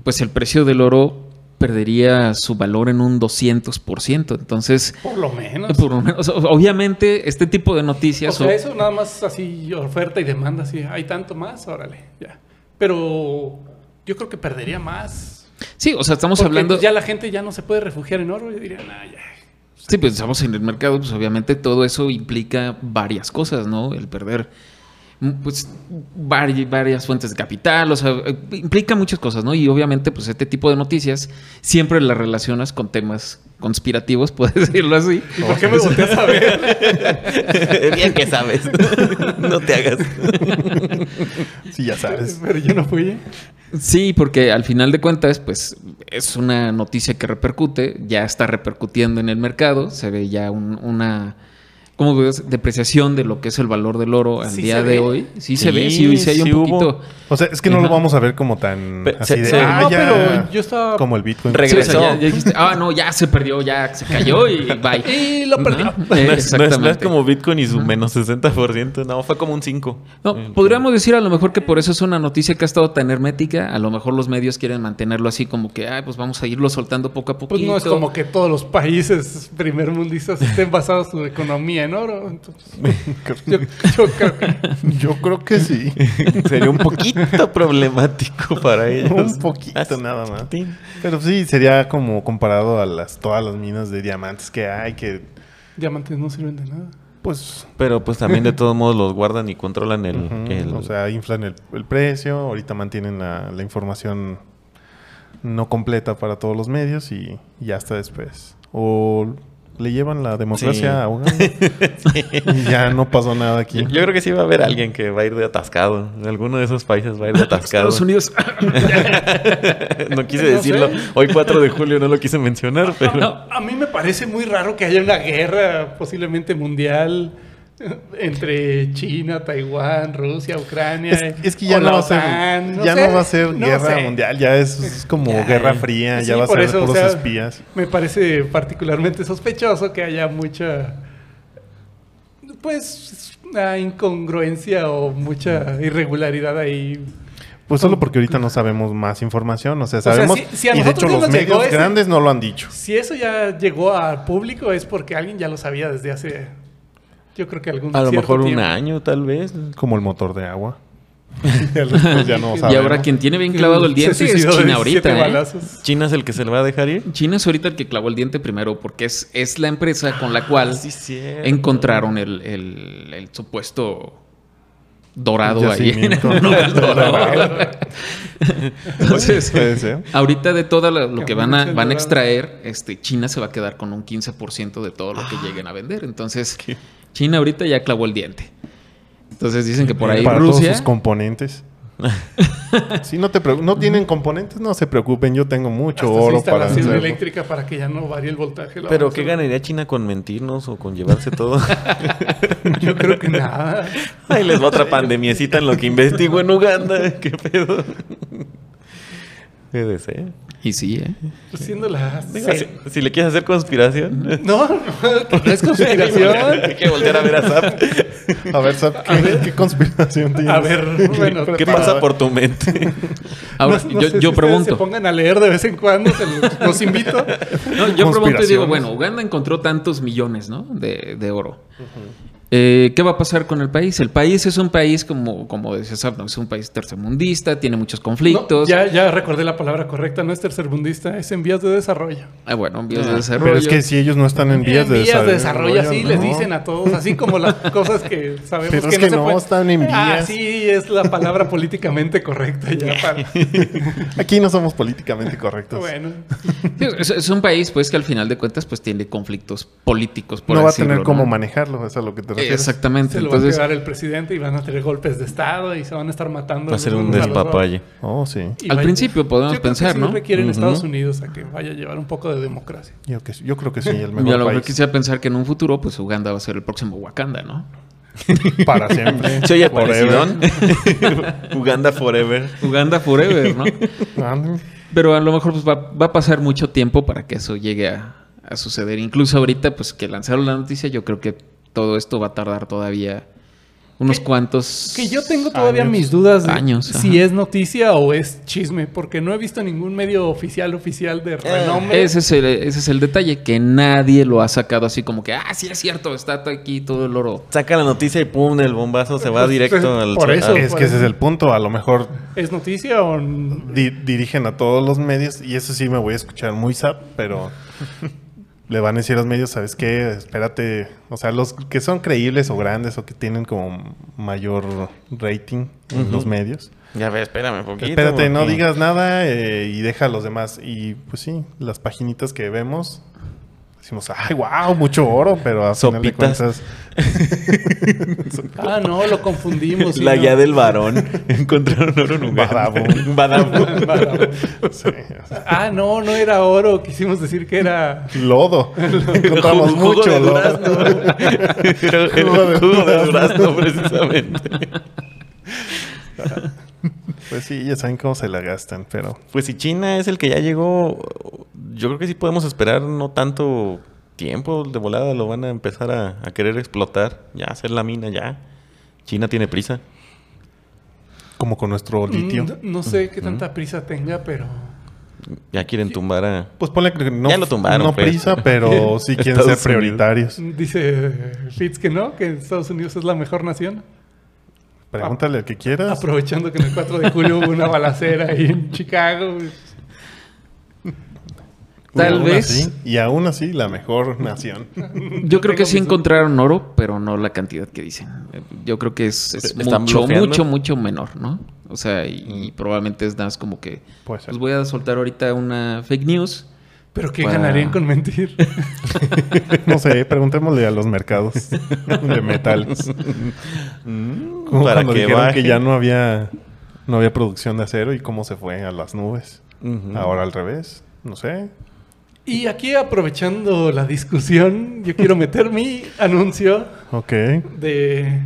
Speaker 2: pues el precio del oro perdería su valor en un 200%. Entonces,
Speaker 4: Por lo menos.
Speaker 2: eh, por lo menos, o- obviamente, este tipo de
Speaker 4: O
Speaker 2: noticias...
Speaker 4: sea,
Speaker 2: o-
Speaker 4: eso nada más así, oferta y demanda, así, hay tanto más, órale, ya. Pero yo creo que perdería más.
Speaker 2: sí, o sea, estamos
Speaker 4: Porque,
Speaker 2: hablando...
Speaker 4: pues, Ya la gente ya no se puede refugiar en oro, yo diría, nah, ya.
Speaker 2: Si pensamos en el mercado, pues obviamente todo eso implica varias cosas, ¿no? El perder mm, pues vari- varias fuentes de capital, o sea, eh, implica muchas cosas, ¿no? Y obviamente pues este tipo de noticias siempre las relacionas con temas conspirativos, puedes decirlo así.
Speaker 4: ¿Y por qué me volteas a ver?
Speaker 3: Bien que sabes, no te hagas.
Speaker 1: Sí, ya sabes.
Speaker 4: Pero yo no fui.
Speaker 2: Sí, porque al final de cuentas, pues es una noticia que repercute, ya está repercutiendo en el mercado, se ve ya un- una ¿cómo ves? depreciación de lo que es el valor del oro al
Speaker 4: Sí
Speaker 2: día
Speaker 4: se
Speaker 2: de
Speaker 4: ve.
Speaker 2: hoy. Sí, se
Speaker 3: Sí,
Speaker 2: ve, sí, sí hay un
Speaker 3: sí hubo.
Speaker 2: poquito.
Speaker 1: O sea, es que no
Speaker 2: Ajá.
Speaker 1: lo vamos a ver como tan
Speaker 3: Pe-
Speaker 1: así
Speaker 3: se-
Speaker 1: de
Speaker 3: se-
Speaker 1: "Ah,
Speaker 4: no,
Speaker 1: ya",
Speaker 4: pero yo estaba-
Speaker 1: como el Bitcoin.
Speaker 3: Reg-
Speaker 2: Sí, o sea,
Speaker 3: Regresó.
Speaker 2: ya- ya dijiste, ah, no, ya se perdió, ya se cayó y bye.
Speaker 4: Y lo perdió.
Speaker 2: Ajá, eh,
Speaker 3: No es, no es- no es
Speaker 2: exactamente.
Speaker 3: como Bitcoin y su menos 60%, no, fue como un 5.
Speaker 2: No, podríamos decir a lo mejor que por eso es una noticia que ha estado tan hermética. A lo mejor los medios quieren mantenerlo así como que, ah, pues vamos a irlo soltando poco a poco.
Speaker 4: Pues no es como que todos los países primermundistas estén basados su economía en oro. Entonces, yo, yo creo que
Speaker 1: yo creo que sí.
Speaker 3: Sería un poquito problemático para ellos.
Speaker 1: Un poquito
Speaker 3: Así,
Speaker 1: nada más.
Speaker 3: chiquitín.
Speaker 1: Pero sí, sería como comparado a las todas las minas de diamantes que hay que
Speaker 4: diamantes no sirven de nada.
Speaker 1: pues
Speaker 3: Pero pues también de todos modos los guardan y controlan el...
Speaker 1: Ujú,
Speaker 3: el-
Speaker 1: O sea, inflan el, el precio, ahorita mantienen la, la información no completa para todos los medios y, y ya hasta después. O le llevan la democracia
Speaker 3: Sí.
Speaker 1: a Uganda y ya no pasó nada aquí.
Speaker 3: yo, yo creo que sí va a haber alguien que va a ir de atascado. Alguno de esos países va a ir de atascado.
Speaker 2: Estados Unidos.
Speaker 3: no quise
Speaker 4: No
Speaker 3: decirlo.
Speaker 4: sé.
Speaker 3: Hoy 4 de julio no lo quise mencionar, pero...
Speaker 4: No, a mí me parece muy raro que haya una guerra posiblemente mundial eh, entre China, Taiwán, Rusia, Ucrania.
Speaker 1: Es, es que ya,
Speaker 4: o la
Speaker 1: no va, a ser,
Speaker 4: OTAN,
Speaker 1: ya
Speaker 4: sé,
Speaker 1: no va a ser
Speaker 4: no
Speaker 1: guerra
Speaker 4: sé.
Speaker 1: mundial, ya es, es como
Speaker 3: Ya.
Speaker 1: guerra fría,
Speaker 4: Sí,
Speaker 1: ya va a
Speaker 4: por
Speaker 1: ser
Speaker 4: eso, o
Speaker 1: puros
Speaker 4: sea,
Speaker 1: espías.
Speaker 4: Me parece particularmente sospechoso que haya mucha pues una incongruencia o mucha irregularidad ahí.
Speaker 1: Pues solo porque ahorita no sabemos más información, o sea,
Speaker 4: sea,
Speaker 1: sabemos...
Speaker 4: si- si a
Speaker 1: y de
Speaker 4: nosotros
Speaker 1: hecho
Speaker 4: no
Speaker 1: los
Speaker 4: nos llegó
Speaker 1: medios
Speaker 4: ese-
Speaker 1: grandes no lo han dicho.
Speaker 4: Si eso ya llegó al público es porque alguien ya lo sabía desde hace yo creo que algún
Speaker 3: A lo
Speaker 4: cierto
Speaker 3: mejor un
Speaker 4: tiempo.
Speaker 3: año, tal vez.
Speaker 1: Como el motor de agua. ya, después ya no
Speaker 4: Y
Speaker 2: y
Speaker 1: sabemos.
Speaker 2: ahora quien tiene bien clavado el
Speaker 4: Se
Speaker 2: diente es
Speaker 4: suicidó de
Speaker 2: China
Speaker 4: siete
Speaker 2: ahorita. ¿eh?
Speaker 4: balazos.
Speaker 3: China es el que se le va a dejar ir.
Speaker 2: China es ahorita el que clavó el diente primero porque es, es la empresa con la cual
Speaker 3: Ah, cierto.
Speaker 2: encontraron el, el- el supuesto dorado
Speaker 1: Ya
Speaker 2: ahí. en el
Speaker 1: yacimiento.
Speaker 2: Manuel Dorado.
Speaker 4: Pues
Speaker 2: Entonces,
Speaker 1: Puede ser.
Speaker 2: ahorita de todo lo, lo que van a,
Speaker 4: Campeche
Speaker 2: van a
Speaker 4: Dorado.
Speaker 2: extraer, este, China se va a quedar con un 15% de todo lo que lleguen a vender. Entonces, China ahorita ya clavó el diente. Entonces dicen que por ahí
Speaker 1: para
Speaker 2: Rusia...
Speaker 1: todos sus componentes. si no te preocu- no tienen componentes, no se preocupen, yo tengo
Speaker 4: Hasta
Speaker 1: mucho
Speaker 4: su
Speaker 1: oro para
Speaker 4: instalación
Speaker 1: hacerlo.
Speaker 4: eléctrica para que ya no varíe el voltaje. la
Speaker 3: Pero
Speaker 4: vamos a-
Speaker 3: ¿qué ganaría China con mentirnos o con llevarse todo?
Speaker 4: Yo creo que nada.
Speaker 3: Ahí les va otra pandemiecita en lo que investigo en Uganda. ¿Qué pedo? Puede ser.
Speaker 2: Y sí, ¿eh?
Speaker 4: Pues siendo la
Speaker 3: Digo, si, si le quieres hacer conspiración.
Speaker 4: No, que no es conspiración.
Speaker 3: Hay que voltear a ver a Zap.
Speaker 1: A ver, Zap, ¿qué, qué conspiración tienes?
Speaker 4: A ver, bueno,
Speaker 3: ¿Qué
Speaker 4: pero-
Speaker 3: pasa por tu mente?
Speaker 2: Ahora,
Speaker 4: No- no
Speaker 2: yo,
Speaker 4: sé si
Speaker 2: yo
Speaker 4: ustedes Se
Speaker 2: pregunto.
Speaker 4: pongan a leer de vez en cuando, se los, los invito.
Speaker 2: No, yo pregunto y digo,
Speaker 1: Conspiraciones.
Speaker 2: bueno, Uganda encontró tantos millones, ¿no? De, de oro. Eh, ¿Qué va a pasar con el país? El país es un país, como, como decía Sabno, es un país tercermundista, tiene muchos
Speaker 4: No,
Speaker 2: conflictos.
Speaker 4: ya, ya recordé la palabra correcta, no es tercermundista, es en vías de desarrollo.
Speaker 2: Ah, bueno, vías de
Speaker 3: Ah,
Speaker 2: desarrollo.
Speaker 1: Pero es que si ellos no están en vías,
Speaker 4: en vías de desarrollo, así
Speaker 1: no.
Speaker 4: les dicen a todos, así como las cosas que sabemos
Speaker 1: Pero es que no, están en
Speaker 4: Ah,
Speaker 1: vías.
Speaker 4: sí, es la palabra políticamente correcta ya para...
Speaker 1: Aquí no somos políticamente correctos.
Speaker 4: Bueno,
Speaker 2: Es, es un país, pues, que al final de cuentas, pues, tiene conflictos políticos, por
Speaker 1: no va a
Speaker 2: decirlo,
Speaker 1: tener cómo
Speaker 2: ¿no? Eh,
Speaker 1: manejarlo, es a lo que te refieres.
Speaker 2: Exactamente.
Speaker 4: se lo va a
Speaker 2: Entonces,
Speaker 4: quedar el presidente y van a tener golpes de estado y se van a estar matando.
Speaker 3: Va a ser
Speaker 4: los
Speaker 3: un
Speaker 4: unos a los otros.
Speaker 3: despapalle.
Speaker 1: Oh, sí.
Speaker 4: Y
Speaker 2: Al
Speaker 4: vaya-
Speaker 2: principio podemos
Speaker 4: Yo creo que
Speaker 2: pensar,
Speaker 4: sí
Speaker 2: ¿no?
Speaker 4: requieren
Speaker 3: Ujú.
Speaker 4: Estados Unidos a que vaya a llevar un poco de democracia.
Speaker 1: Yo, que, yo creo que sí, el
Speaker 2: yo a
Speaker 1: mejor
Speaker 2: lo mejor
Speaker 1: país
Speaker 2: quisiera pensar que en un futuro, pues, Uganda va a ser el próximo Wakanda, ¿no?
Speaker 1: para siempre.
Speaker 3: Soy
Speaker 1: Forever.
Speaker 3: aparecidón. Uganda Forever.
Speaker 2: Uganda forever, ¿no?
Speaker 1: Ándale.
Speaker 2: Pero a lo mejor pues, va, va a pasar mucho tiempo para que eso llegue a, a suceder. Incluso ahorita, pues que lanzaron la noticia, yo creo que todo esto va a tardar todavía unos cuantos.
Speaker 4: Que yo tengo todavía
Speaker 1: Años.
Speaker 4: mis dudas de
Speaker 2: Años,
Speaker 4: si
Speaker 2: ajá.
Speaker 4: es noticia o es chisme, porque no he visto ningún medio oficial oficial
Speaker 3: Eh.
Speaker 4: de renombre.
Speaker 2: Ese es, el, ese es el detalle, que nadie lo ha sacado así como que, ah, sí es cierto, está to- aquí todo el oro.
Speaker 3: Saca la noticia y pum, el bombazo se va
Speaker 4: Pues,
Speaker 3: directo
Speaker 4: pues,
Speaker 3: al
Speaker 4: por eso.
Speaker 1: Es que ese es el punto, a lo mejor
Speaker 4: ¿Es noticia o n-
Speaker 1: di- dirigen a todos los medios y eso sí me voy a escuchar muy sap, pero le van a decir a los medios, ¿sabes qué? Espérate, o sea, los que son creíbles o grandes o que tienen como mayor rating en los medios.
Speaker 3: Ya ve, espérame un poquito.
Speaker 1: Espérate, no
Speaker 3: porque-
Speaker 1: digas nada eh, y deja a los demás. Y pues sí, las paginitas que vemos, decimos, ay, wow, mucho oro, pero a final de
Speaker 3: Sopitas.
Speaker 1: cuentas,
Speaker 4: Ah, no, lo confundimos. sí,
Speaker 3: La
Speaker 4: no.
Speaker 3: guía del varón. Encontraron oro en Uganda.
Speaker 1: Badabun.
Speaker 3: Badabun.
Speaker 4: Para-
Speaker 1: sí, o sea,
Speaker 4: Ah, no, no era oro, quisimos decir que era...
Speaker 1: lodo. Encontramos
Speaker 3: Jugo- jugo
Speaker 1: mucho
Speaker 3: de
Speaker 1: lodo.
Speaker 3: durazno. Era el
Speaker 1: Jugo de
Speaker 3: jugo de
Speaker 1: durazno.
Speaker 3: durazno, precisamente.
Speaker 1: Pues sí, ya saben cómo se la gastan, pero
Speaker 3: Pues si China es el que ya llegó, yo creo que sí podemos esperar no tanto tiempo. De volada lo van a empezar a, a querer explotar. Ya, hacer la mina, ya. China tiene prisa.
Speaker 1: como con nuestro litio.
Speaker 4: No,
Speaker 2: Mm,
Speaker 4: no sé qué tanta prisa tenga, pero...
Speaker 3: Ya quieren tumbar a...
Speaker 1: Pues ponle que no,
Speaker 3: Ya lo tumbaron,
Speaker 1: no
Speaker 3: pues.
Speaker 1: prisa, pero sí quieren ser
Speaker 3: Estados Unidos.
Speaker 1: prioritarios.
Speaker 4: Dice Fitz que no, que Estados Unidos es la mejor nación.
Speaker 1: Pregúntale al que quieras.
Speaker 4: Aprovechando que en el 4 de julio hubo una balacera ahí en Chicago.
Speaker 2: Tal
Speaker 1: aún
Speaker 2: vez.
Speaker 1: así- y aún así, la mejor nación.
Speaker 2: Yo creo que
Speaker 4: Tengo
Speaker 2: sí
Speaker 4: mis
Speaker 2: encontraron oro, pero no la cantidad que dicen. Eh, Yo creo que es, es
Speaker 3: ¿Están
Speaker 2: mucho,
Speaker 3: bloqueando? Mm.
Speaker 2: mucho, mucho menor, ¿no? O sea, y, y probablemente es nada más como que...
Speaker 1: Puede ser.
Speaker 2: Pues voy a soltar ahorita una fake news.
Speaker 4: Pero ¿qué
Speaker 2: Para-
Speaker 4: ganarían con mentir?
Speaker 1: No sé, preguntémosle a los mercados de metales. Como
Speaker 3: para
Speaker 1: cuando
Speaker 3: que
Speaker 1: dijeron
Speaker 3: baje.
Speaker 1: que ya no había, no había producción de acero y cómo se fue a las nubes.
Speaker 3: Ujú.
Speaker 1: Ahora al revés, no sé.
Speaker 4: Y aquí aprovechando la discusión, yo quiero meter mi anuncio
Speaker 1: Ok.
Speaker 4: de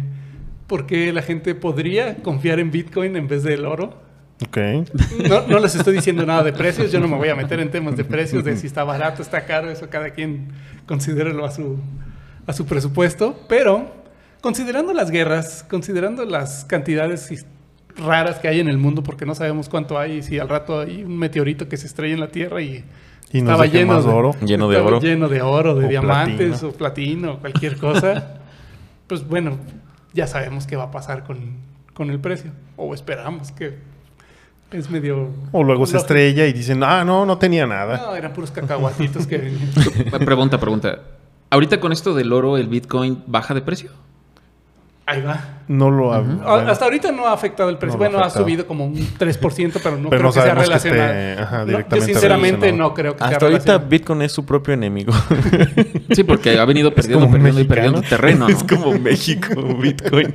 Speaker 4: por qué la gente podría confiar en Bitcoin en vez del oro.
Speaker 1: Ok.
Speaker 4: No, no les estoy diciendo nada de precios, yo no me voy a meter en temas de precios, de si está barato, está caro, eso cada quien considérelo a su, a su presupuesto, pero considerando las guerras, considerando las cantidades his- raras que hay en el mundo, porque no sabemos cuánto hay, y si al rato hay un meteorito que se estrella en la Tierra y,
Speaker 1: Y nos deje más oro.
Speaker 3: Lleno de
Speaker 4: estaba
Speaker 3: oro.
Speaker 4: lleno de oro, de
Speaker 1: O
Speaker 4: diamantes
Speaker 1: platino.
Speaker 4: o platino, cualquier cosa, pues bueno, ya sabemos qué va a pasar con, con el precio, o esperamos que es medio...
Speaker 1: O luego se
Speaker 4: lógico.
Speaker 1: estrella y dicen, ah, no, no tenía nada.
Speaker 4: No, eran puros cacahuatitos que venían.
Speaker 2: Pregunta, pregunta. Ahorita con esto del oro, el Bitcoin baja de precio.
Speaker 4: Ahí va.
Speaker 1: No lo ha-
Speaker 4: A-
Speaker 1: bueno,
Speaker 4: Hasta ahorita no ha afectado el precio.
Speaker 1: No lo ha
Speaker 4: bueno, ha
Speaker 1: afectado.
Speaker 4: subido como un 3%, pero no
Speaker 1: Pero
Speaker 4: creo
Speaker 1: no
Speaker 4: que sea
Speaker 1: sabemos que esté,
Speaker 4: relacionado.
Speaker 1: ajá,
Speaker 4: No, yo
Speaker 1: directamente
Speaker 4: sinceramente
Speaker 1: relacionado.
Speaker 4: no creo que sea
Speaker 3: Hasta ahorita
Speaker 4: relacionado.
Speaker 3: Bitcoin es su propio enemigo.
Speaker 2: Sí, porque ha venido perdiendo,
Speaker 1: como un
Speaker 2: perdiendo y
Speaker 1: mexicano.
Speaker 2: perdiendo terreno.
Speaker 3: es
Speaker 2: ¿no?
Speaker 3: como México, Bitcoin.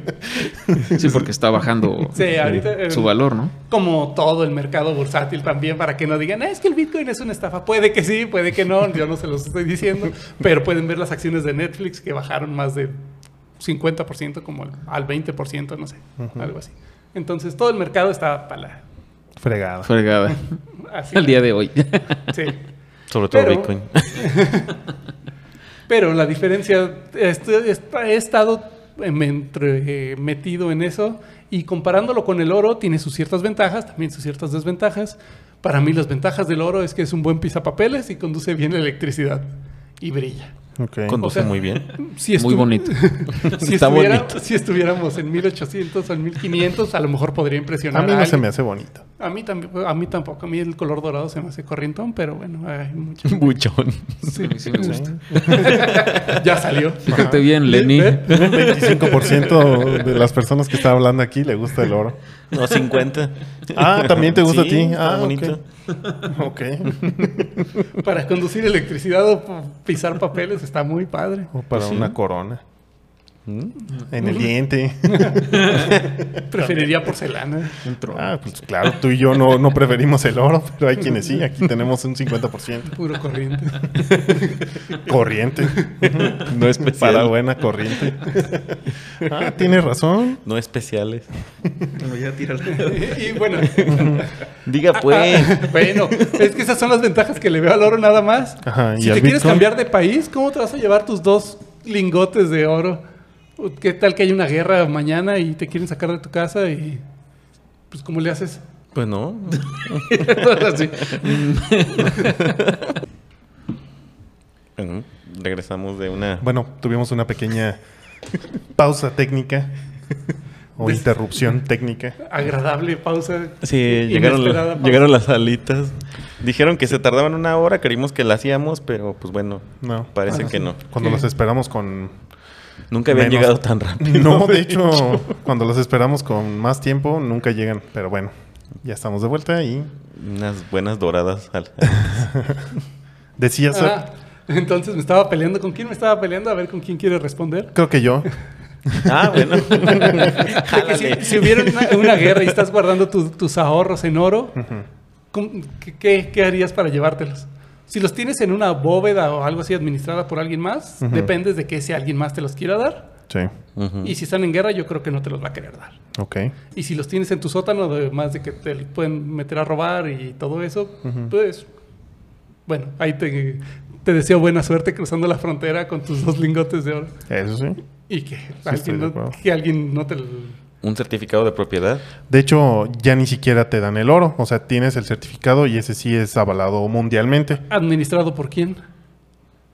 Speaker 2: Sí, porque está bajando
Speaker 4: Sí, ahorita, eh,
Speaker 2: su valor, ¿no?
Speaker 4: Como todo el mercado bursátil también, para que no digan, "Ah, es que el Bitcoin es una estafa. Puede que sí, puede que no, yo no se los estoy diciendo, pero pueden ver las acciones de Netflix que bajaron más de 50%, como al- al 20%, no sé, algo así. Entonces todo el mercado está para la-
Speaker 1: fregada.
Speaker 2: Fregada.
Speaker 4: así.
Speaker 2: Al día de hoy.
Speaker 4: Sí.
Speaker 3: Sobre todo
Speaker 4: Pero-
Speaker 3: Bitcoin.
Speaker 4: Pero la diferencia, este, esta- he estado em, entre, eh, metido en eso y comparándolo con el oro, tiene sus ciertas ventajas, también sus ciertas desventajas. Para mí las ventajas del oro es que es un buen pisapapeles y conduce bien la electricidad y brilla.
Speaker 1: Ok.
Speaker 3: Conduce
Speaker 4: O sea-
Speaker 3: muy bien.
Speaker 4: Si
Speaker 2: Muy
Speaker 4: estu-
Speaker 2: bonito.
Speaker 4: Si,
Speaker 3: Está
Speaker 4: estuviera-
Speaker 3: bonito.
Speaker 4: si estuviéramos en 1800 o en 1500, a lo mejor podría
Speaker 1: A
Speaker 4: impresionar
Speaker 1: mí no se
Speaker 4: alguien.
Speaker 1: me hace bonito.
Speaker 4: A mí, también, a mí tampoco, a mí el color dorado se me hace corrientón, pero bueno, hay mucho.
Speaker 3: Buchón.
Speaker 4: Sí,
Speaker 2: Sí, me gusta.
Speaker 4: ya salió.
Speaker 2: Fíjate bien, Lenny.
Speaker 4: ¿Ve?
Speaker 1: Un 25% de las personas que está hablando aquí le gusta el oro.
Speaker 3: No, 50.
Speaker 1: Ah, también te gusta
Speaker 3: Sí,
Speaker 1: a ti.
Speaker 3: está
Speaker 1: Ah,
Speaker 3: bonito.
Speaker 1: bonito. Ok.
Speaker 4: Para conducir electricidad o p- pisar papeles está muy padre.
Speaker 1: O para
Speaker 3: Pues sí.
Speaker 1: una corona.
Speaker 3: Mm.
Speaker 1: En el diente.
Speaker 4: Preferiría porcelana.
Speaker 1: Ah, pues claro, tú y yo no, no preferimos el oro, pero hay quienes sí. Aquí tenemos un 50%
Speaker 4: Puro corriente.
Speaker 1: corriente.
Speaker 3: No
Speaker 1: Para
Speaker 3: especial.
Speaker 1: buena corriente. Ah, tienes razón.
Speaker 3: No especiales.
Speaker 4: Y, y bueno,
Speaker 3: Diga pues.
Speaker 4: bueno, es que esas son las ventajas que le veo al oro nada más.
Speaker 1: Ajá, ¿y
Speaker 4: si te
Speaker 1: al
Speaker 4: quieres
Speaker 1: Bitcoin?
Speaker 4: cambiar de país, ¿cómo te vas a llevar tus dos lingotes de oro? ¿Qué tal que hay una guerra mañana y te quieren sacar de tu casa y pues cómo le haces?
Speaker 3: Pues no.
Speaker 2: Todo así. Mm.
Speaker 3: Bueno, regresamos de una.
Speaker 1: Bueno, tuvimos una pequeña pausa técnica o interrupción técnica.
Speaker 4: Agradable pausa.
Speaker 3: Sí, llegaron, la-
Speaker 4: inesperada pausa.
Speaker 3: llegaron las alitas. Dijeron que se tardaban una hora, creímos que la hacíamos, pero pues bueno,
Speaker 1: No.
Speaker 3: parece que no.
Speaker 1: Cuando
Speaker 4: ¿Qué?
Speaker 1: los esperamos con...
Speaker 3: Nunca habían
Speaker 1: Menos-
Speaker 3: llegado tan rápido.
Speaker 1: No, de hecho, cuando los esperamos con más tiempo, nunca llegan. Pero bueno, ya estamos de vuelta y
Speaker 3: Unas buenas doradas. al-
Speaker 1: decías...
Speaker 4: Ah, entonces me estaba peleando. ¿Con quién me estaba peleando? A ver con quién quiere responder.
Speaker 1: Creo que yo.
Speaker 3: Ah, bueno.
Speaker 4: De que
Speaker 3: Jálale.
Speaker 4: si, si hubiera una, una guerra y estás guardando tu- tus ahorros en oro, ¿cómo- qué- qué, qué harías para llevártelos? Si los tienes en una bóveda o algo así administrada por alguien más, dependes de que ese alguien más te los quiera dar.
Speaker 1: Sí,
Speaker 3: Ujú.
Speaker 4: Y si están en guerra, yo creo que no te los va a querer dar.
Speaker 1: ok.
Speaker 4: Y si los tienes en tu sótano, además de que te los pueden meter a robar y todo eso, pues bueno, ahí te, te deseo buena suerte cruzando la frontera con tus dos lingotes de oro.
Speaker 1: Eso sí.
Speaker 4: Y que,
Speaker 1: estoy
Speaker 4: alguien,
Speaker 1: de
Speaker 4: no,
Speaker 1: acuerdo.
Speaker 4: que alguien no te... l-
Speaker 3: Un certificado de propiedad.
Speaker 1: De hecho, ya ni siquiera te dan el oro. O sea, tienes el certificado y ese sí es avalado mundialmente
Speaker 4: ¿Administrado por quién?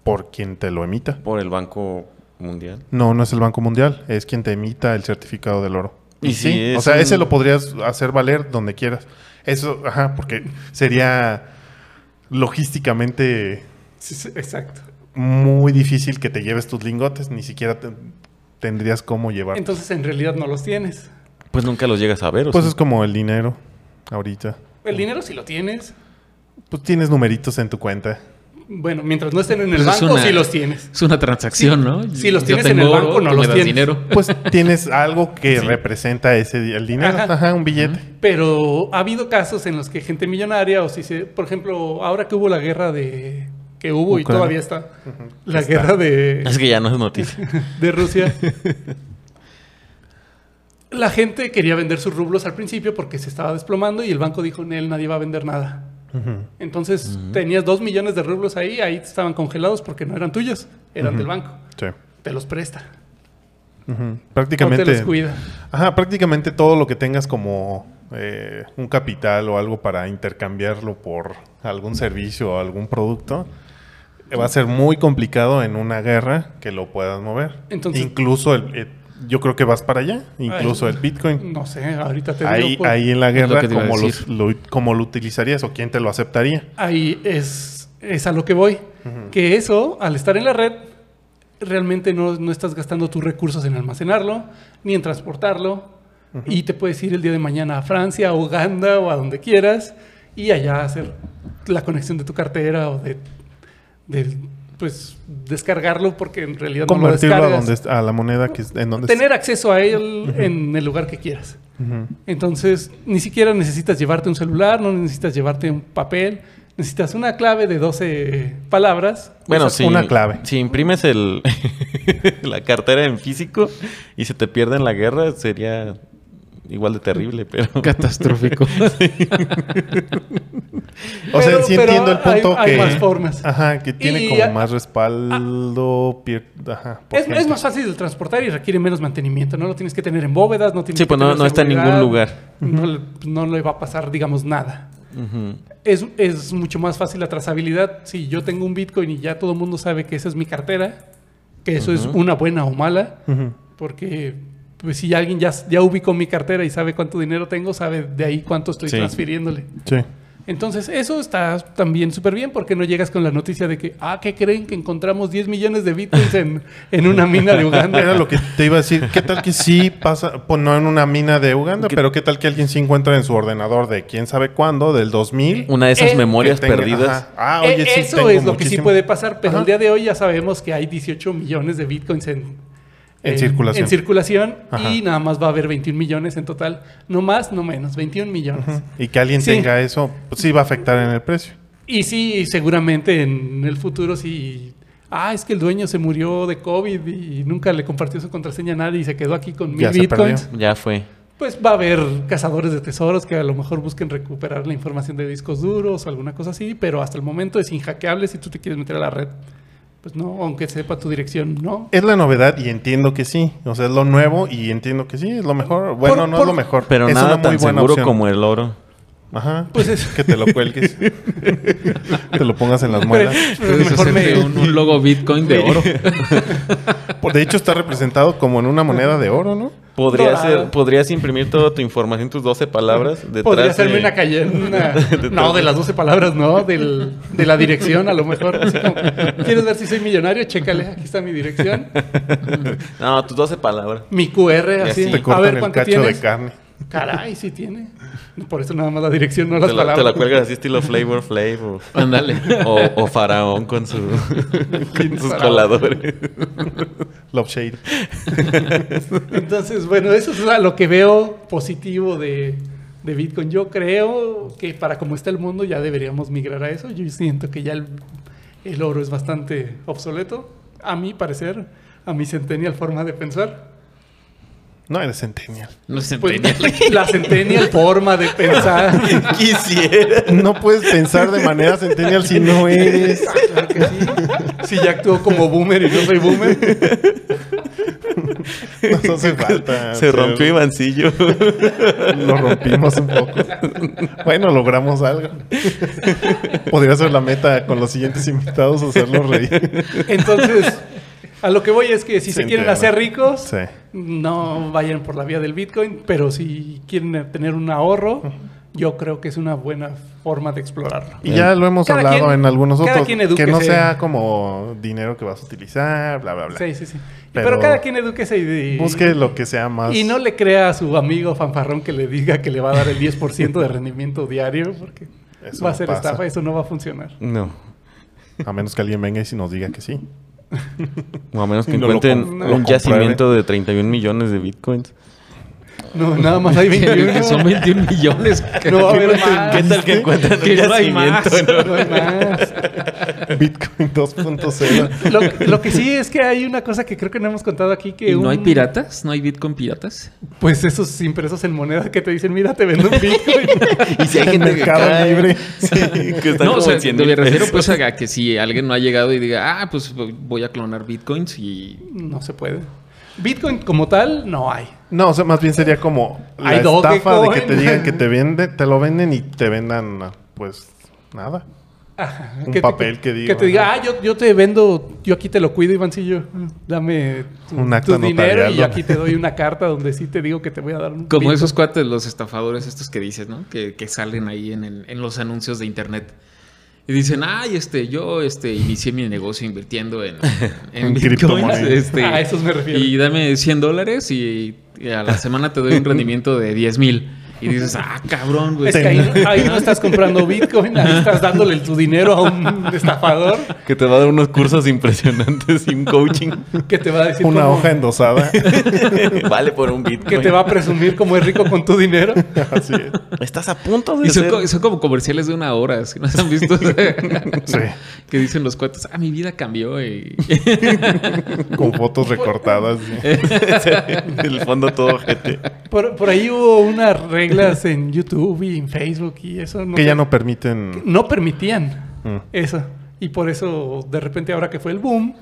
Speaker 1: por quien te lo emita.
Speaker 3: por el Banco Mundial.
Speaker 1: No, no es el Banco Mundial, es quien te emita el certificado del oro.
Speaker 3: Y
Speaker 1: Y
Speaker 3: si
Speaker 1: sí, o
Speaker 3: es
Speaker 1: sea,
Speaker 3: un-
Speaker 1: ese lo podrías hacer valer donde quieras. Eso, ajá, porque sería logísticamente
Speaker 4: Sí, sí, exacto.
Speaker 1: muy difícil que te lleves tus lingotes, ni siquiera te- tendrías cómo llevar.
Speaker 4: Entonces en realidad no los tienes.
Speaker 3: Pues nunca los llegas a ver. ¿o
Speaker 1: pues
Speaker 3: sí?
Speaker 1: es como el dinero ahorita.
Speaker 4: El dinero sí lo tienes.
Speaker 1: Pues tienes numeritos en tu cuenta.
Speaker 4: Bueno, mientras no estén en el
Speaker 2: Pues es
Speaker 4: banco,
Speaker 2: una-
Speaker 4: sí los tienes.
Speaker 2: Es una transacción,
Speaker 4: Sí.
Speaker 2: ¿no?
Speaker 4: Si los
Speaker 2: Yo
Speaker 4: tienes en el
Speaker 2: tengo
Speaker 4: banco,
Speaker 2: oro,
Speaker 4: no
Speaker 2: tú
Speaker 4: los
Speaker 2: me das
Speaker 4: tienes.
Speaker 2: dinero.
Speaker 1: Pues tienes algo que
Speaker 3: Sí.
Speaker 1: representa ese di- el dinero,
Speaker 4: Ajá.
Speaker 1: ajá, un billete.
Speaker 4: Pero ha habido casos en los que gente millonaria, o si se, por ejemplo, ahora que hubo la guerra de. que hubo y
Speaker 1: Ucrania.
Speaker 4: todavía está. La guerra de,
Speaker 3: Es que ya no es noticia.
Speaker 4: de Rusia. La gente quería vender sus rublos al principio porque se estaba desplomando y el banco dijo: Nel, nadie va a vender nada.
Speaker 1: Ujú.
Speaker 4: Entonces tenías dos millones de rublos ahí, ahí estaban congelados porque no eran tuyos, eran
Speaker 1: Ujú.
Speaker 4: del banco.
Speaker 1: Sí.
Speaker 4: Te los presta,
Speaker 1: Ujú.
Speaker 4: no te los
Speaker 1: Prácticamente.
Speaker 4: cuida.
Speaker 1: Ajá, prácticamente todo lo que tengas como eh, un capital o algo para intercambiarlo por algún servicio o algún producto, eh, va a ser muy complicado en una guerra que lo puedas mover.
Speaker 4: Entonces-
Speaker 1: incluso el, eh, yo creo que vas para allá, incluso
Speaker 4: Ay.
Speaker 1: el Bitcoin.
Speaker 4: No sé, ahorita te
Speaker 1: Ahí,
Speaker 4: digo. pues, por-
Speaker 1: ahí en la
Speaker 2: lo
Speaker 1: guerra,
Speaker 2: que te iba a
Speaker 1: ¿cómo, los-
Speaker 2: decir.
Speaker 1: lo, cómo lo utilizarías o quién te lo aceptaría?
Speaker 4: Ahí es, es a lo que voy. Que eso, al estar en la red, realmente no, no estás gastando tus recursos en almacenarlo, ni en transportarlo. Y te puedes ir el día de mañana a Francia, a Uganda o a donde quieras y allá hacer la conexión de tu cartera o de, del, pues descargarlo porque en realidad no lo
Speaker 1: Convertirlo a,
Speaker 4: descargas.
Speaker 1: donde, est- a la moneda que, es- en donde
Speaker 4: tener acceso a él en el lugar que quieras.
Speaker 1: Ujú.
Speaker 4: Entonces, ni siquiera necesitas llevarte un celular, no necesitas llevarte un papel, necesitas una clave de 12 palabras.
Speaker 3: Bueno,
Speaker 1: Usas
Speaker 3: si,
Speaker 1: una clave.
Speaker 3: si imprimes el, la cartera en físico y se te pierde en la guerra, sería igual de terrible, pero...
Speaker 2: Catastrófico.
Speaker 1: O sea,
Speaker 4: Pero-
Speaker 1: sí
Speaker 4: pero
Speaker 1: entiendo el
Speaker 4: hay-
Speaker 1: punto
Speaker 4: hay
Speaker 1: que.
Speaker 4: más formas.
Speaker 1: Ajá, que tiene
Speaker 4: Y
Speaker 1: como
Speaker 4: a- ah.
Speaker 1: más respaldo. pier- ajá, por
Speaker 4: Es, es
Speaker 1: gente.
Speaker 4: más fácil de transportar y requiere menos mantenimiento, ¿no? Lo tienes que tener en bóvedas, no tienes
Speaker 3: Sí,
Speaker 4: que
Speaker 3: pues no,
Speaker 4: tener
Speaker 3: no está en
Speaker 4: seguridad,
Speaker 3: ningún lugar.
Speaker 4: No, le- pues no le va a pasar, digamos, nada.
Speaker 3: Ujú.
Speaker 4: Es, es mucho más fácil la trazabilidad. Si yo tengo un Bitcoin y ya todo el mundo sabe que esa es mi cartera, que eso es una buena o mala,
Speaker 1: Ujú.
Speaker 4: Porque pues, si alguien ya, ya ubicó mi cartera y sabe cuánto dinero tengo, sabe de ahí cuánto estoy
Speaker 3: Sí.
Speaker 4: transfiriéndole.
Speaker 1: Sí.
Speaker 4: Entonces, eso está también súper bien porque no llegas con la noticia de que, ah, ¿qué creen que encontramos 10 millones de bitcoins en, en una mina de Uganda?
Speaker 1: Era lo que te iba a decir. ¿Qué tal que sí pasa? Pues no en una mina de Uganda, pero ¿qué tal que alguien sí encuentra en su ordenador de quién sabe cuándo, del 2000?
Speaker 3: Una de esas
Speaker 4: Eh,
Speaker 3: memorias
Speaker 1: que tenga-
Speaker 3: perdidas.
Speaker 1: ajá. Ah, oye,
Speaker 4: Eh,
Speaker 1: sí
Speaker 4: eso
Speaker 1: tengo
Speaker 4: es lo que sí
Speaker 1: muchísimo.
Speaker 4: puede pasar, pero
Speaker 1: Ajá.
Speaker 4: el día de hoy ya sabemos que hay 18 millones de bitcoins en,
Speaker 1: En circulación.
Speaker 4: en circulación
Speaker 1: Ajá.
Speaker 4: y nada más va a haber 21 millones en total. No más, no menos, 21 millones.
Speaker 1: Y que alguien
Speaker 4: Sí.
Speaker 1: tenga eso, pues sí va a afectar en el precio.
Speaker 4: Y sí, seguramente en el futuro sí. Ah, es que el dueño se murió de COVID y nunca le compartió su contraseña a nadie y se quedó aquí con mil
Speaker 1: Ya se
Speaker 4: bitcoins.
Speaker 3: Ya fue.
Speaker 4: Pues va a haber cazadores de tesoros que a lo mejor busquen recuperar la información de discos duros o alguna cosa así, pero hasta el momento es inhackeable si tú te quieres meter a la red. Pues no, aunque sepa tu dirección, no.
Speaker 1: Es la novedad y entiendo que sí. O sea, es lo nuevo y entiendo que sí, es lo mejor. Bueno, no es
Speaker 4: por-
Speaker 1: lo mejor.
Speaker 3: Pero
Speaker 1: es
Speaker 3: nada
Speaker 1: una muy
Speaker 3: tan
Speaker 1: buena
Speaker 3: seguro
Speaker 1: opción.
Speaker 3: como el oro.
Speaker 1: Ajá.
Speaker 4: Pues es-
Speaker 1: Que te lo cuelgues. te lo pongas en las
Speaker 4: Pero,
Speaker 1: muelas.
Speaker 4: pero
Speaker 2: Puedes
Speaker 4: mejor
Speaker 2: hacerte
Speaker 4: me-
Speaker 2: un, un logo Bitcoin de oro.
Speaker 1: Por- De hecho, está representado como en una moneda de oro, ¿no?
Speaker 3: Podrías,
Speaker 4: Dorada.
Speaker 3: ser- podrías imprimir toda tu información, tus 12 palabras. Detrás
Speaker 4: Podría
Speaker 3: de-
Speaker 4: hacerme una calle. una- No, de las 12 palabras, no. Del, de la dirección, a lo mejor. Así como, ¿Quieres ver si soy millonario? Chécale, aquí está mi dirección.
Speaker 3: No, tus 12 palabras.
Speaker 4: Mi QR, así.
Speaker 3: así
Speaker 1: Te
Speaker 4: A ver
Speaker 1: cortan el
Speaker 4: cuánto
Speaker 1: cacho
Speaker 4: tienes.
Speaker 1: de carne.
Speaker 4: Caray, sí tiene. Por eso nada más la dirección, no las
Speaker 3: Te la, te la
Speaker 4: palabras.
Speaker 3: cuelgas así estilo Flavor Flavor.
Speaker 2: Ándale.
Speaker 3: O, o Faraón con, su, con sus
Speaker 4: Faraón.
Speaker 3: coladores.
Speaker 1: Love Shade.
Speaker 4: Entonces, bueno, eso es la- lo que veo positivo de, de Bitcoin. Yo creo que para como está el mundo ya deberíamos migrar a eso. Yo siento que ya el, el oro es bastante obsoleto, a mi parecer, a mi centennial forma de pensar.
Speaker 1: No eres centennial.
Speaker 2: No se
Speaker 4: Pues,
Speaker 2: entiende.
Speaker 4: la centennial forma de pensar.
Speaker 3: Quisiera.
Speaker 1: No puedes pensar de manera centennial si no eres.
Speaker 4: Claro que sí. Si ya actúo como boomer y no soy boomer.
Speaker 1: No hace falta.
Speaker 3: Se rompió Ivancillo.
Speaker 1: Lo rompimos un poco. Bueno, logramos algo. Podría ser la meta con los siguientes invitados, hacerlos reír.
Speaker 4: Entonces, a lo que voy es que si
Speaker 1: Sí,
Speaker 4: se quieren
Speaker 1: entiendo.
Speaker 4: hacer ricos,
Speaker 1: Sí.
Speaker 4: no vayan por la vía del Bitcoin, pero si quieren tener un ahorro yo creo que es una buena forma de explorarlo.
Speaker 1: Y ya lo hemos
Speaker 4: Cada
Speaker 1: hablado
Speaker 4: quien-
Speaker 1: en algunos
Speaker 4: cada
Speaker 1: otros.
Speaker 4: quien
Speaker 1: que no
Speaker 4: edúquese.
Speaker 1: sea como dinero que vas a utilizar, bla, bla, bla.
Speaker 4: Sí, sí, sí.
Speaker 1: Pero-
Speaker 4: Pero, cada quien edúquese y, y-
Speaker 1: Busque lo que sea más.
Speaker 4: y no le crea a su amigo fanfarrón que le diga que le va a dar el 10% de rendimiento diario, porque
Speaker 1: Eso
Speaker 4: va a
Speaker 1: no
Speaker 4: ser
Speaker 1: pasa.
Speaker 4: estafa, eso no va a funcionar.
Speaker 3: No.
Speaker 1: A menos que alguien venga y si nos diga que sí.
Speaker 3: O a menos que
Speaker 1: Y no lo
Speaker 3: encuentren
Speaker 4: com- no lo
Speaker 3: un
Speaker 1: compruebe.
Speaker 3: yacimiento de 31 millones de bitcoins.
Speaker 4: No, nada más hay 21.
Speaker 2: Que son 21 millones.
Speaker 4: No va a haber
Speaker 2: más.
Speaker 4: más.
Speaker 3: tal que encuentran
Speaker 2: Que no hay más.
Speaker 4: No hay más.
Speaker 1: Bitcoin 2.0.
Speaker 4: Lo, lo que sí es que hay una cosa que creo que no hemos contado aquí que
Speaker 2: ¿Y no hay
Speaker 4: un-
Speaker 2: piratas? ¿No hay Bitcoin piratas?
Speaker 4: Pues esos impresos en moneda que te dicen, mira, te vendo un Bitcoin.
Speaker 3: Y si hay
Speaker 1: En
Speaker 3: gente que
Speaker 1: Mercado
Speaker 3: cae,
Speaker 1: Libre.
Speaker 3: sí, que está
Speaker 2: No, o
Speaker 3: como
Speaker 2: sea,
Speaker 3: en 100 mil
Speaker 2: me refiero
Speaker 3: pesos.
Speaker 2: pues a que si alguien no ha llegado y diga, ah, pues voy a clonar Bitcoins y...
Speaker 4: No se puede. Bitcoin como tal, no hay.
Speaker 1: No, o sea, más bien sería como la
Speaker 4: Hay
Speaker 1: estafa de que
Speaker 4: Dogecoin.
Speaker 1: te digan que te venden, te lo venden y te vendan, pues, nada. Un
Speaker 4: te-
Speaker 1: papel que diga,
Speaker 4: Que te diga,
Speaker 1: ajá.
Speaker 4: ah, yo, yo te vendo, yo aquí te lo cuido, Ivancillo. Dame tu,
Speaker 1: Un acta
Speaker 4: tu dinero
Speaker 1: notarial,
Speaker 4: y
Speaker 1: ¿no?
Speaker 4: yo aquí te doy una carta donde sí te digo que te voy a dar un
Speaker 2: Como
Speaker 4: Bitcoin".
Speaker 2: esos cuates, los estafadores estos que dices, ¿no? Que, que salen ahí en, el- en los anuncios de internet. Y dicen, ay, este, yo este, inicié mi negocio invirtiendo en, en
Speaker 1: En
Speaker 2: Bitcoins.
Speaker 1: criptomonedas.
Speaker 2: Este,
Speaker 4: A Ah, esos me refiero.
Speaker 2: Y dame 100 dólares y, y a la semana te doy un rendimiento de 10 mil. Y dices, ah, cabrón, güey.
Speaker 4: Es que ahí, ahí no estás comprando Bitcoin, ahí estás dándole tu dinero a un estafador
Speaker 3: Que te va a dar unos cursos impresionantes y un coaching.
Speaker 4: que te va a decir
Speaker 1: Una
Speaker 4: cómo-
Speaker 1: hoja endosada.
Speaker 3: vale por un bitcoin.
Speaker 4: que te va a presumir cómo es rico con tu dinero.
Speaker 1: Así es.
Speaker 3: Estás a punto de
Speaker 2: Y son,
Speaker 3: ser-
Speaker 2: co- son como comerciales de una hora, si no se han visto.
Speaker 1: Sí.
Speaker 2: que dicen los cuates, ah, mi vida cambió. Y...
Speaker 1: Con fotos recortadas. sí.
Speaker 4: Eh,
Speaker 3: el fondo todo gente.
Speaker 4: Por, por ahí hubo unas reglas en YouTube y en Facebook y eso no
Speaker 1: que ya
Speaker 4: sé-
Speaker 1: no permiten.
Speaker 4: no permitían
Speaker 1: Mm.
Speaker 4: eso. Y por eso de repente ahora que fue el boom,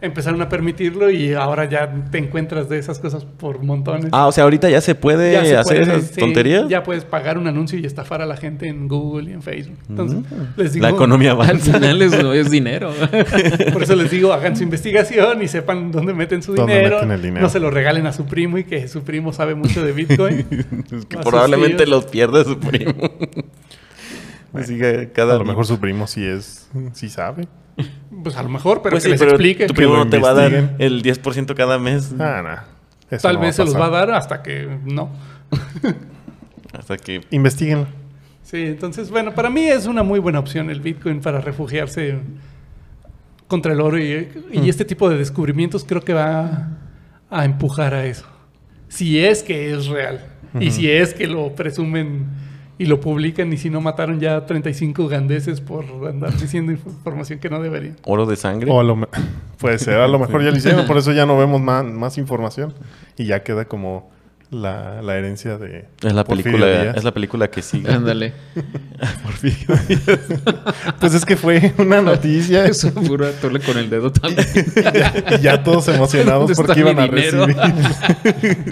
Speaker 4: empezaron a permitirlo y ahora ya te encuentras de esas cosas por montones.
Speaker 3: Ah, o sea, ahorita ya se puede
Speaker 4: Ya se
Speaker 3: hacer
Speaker 4: puede,
Speaker 3: esas
Speaker 4: sí,
Speaker 3: tonterías.
Speaker 4: Ya puedes pagar un anuncio y estafar a la gente en Google y en Facebook. Entonces, les digo,
Speaker 3: Mm. La economía
Speaker 2: Al
Speaker 3: avanza.
Speaker 2: final es, no es dinero.
Speaker 4: por eso les digo, hagan su investigación y sepan dónde meten su
Speaker 1: Dónde
Speaker 4: dinero.
Speaker 1: meten el dinero.
Speaker 4: No se lo regalen a su primo y que su primo sabe mucho de Bitcoin.
Speaker 3: Es que
Speaker 4: Así
Speaker 3: probablemente
Speaker 4: sí.
Speaker 3: los pierda su primo. Así que cada
Speaker 1: A lo mejor su primo sí es, sí sabe.
Speaker 4: pues a lo mejor, pero
Speaker 3: Pues
Speaker 4: que
Speaker 3: sí,
Speaker 4: les
Speaker 3: pero
Speaker 4: explique.
Speaker 3: Tu primo
Speaker 1: Que lo
Speaker 3: no te va a dar
Speaker 1: investiguen.
Speaker 3: el 10% cada mes
Speaker 1: Ah, nah. Eso
Speaker 4: Tal
Speaker 1: no
Speaker 4: vez se los
Speaker 1: pasar.
Speaker 4: va a dar hasta que no.
Speaker 3: hasta que
Speaker 1: Investíguenlo.
Speaker 4: Sí, entonces, bueno, para mí es una muy buena opción el Bitcoin para refugiarse contra el oro y, y
Speaker 1: Mm.
Speaker 4: este tipo de descubrimientos creo que va a empujar a eso. Si es que es real y si es que lo presumen y lo publican y si no mataron ya 35 ugandeses por andar diciendo inf- información que no deberían.
Speaker 3: oro de sangre.
Speaker 1: O a lo me- puede ser, a lo mejor ya lo hicieron, por eso ya no vemos más, más información. Y ya queda como la, la herencia de.
Speaker 3: Es la
Speaker 1: Porfirio
Speaker 3: película,
Speaker 1: Díaz.
Speaker 3: es la película que sigue.
Speaker 2: Ándale.
Speaker 3: Porfirio Díaz.
Speaker 1: Pues es que fue una noticia
Speaker 2: Eso puro atole con el dedo también.
Speaker 1: y ya todos emocionados
Speaker 2: ¿Dónde
Speaker 1: porque
Speaker 2: está
Speaker 1: iban a
Speaker 2: mi dinero?
Speaker 1: recibir.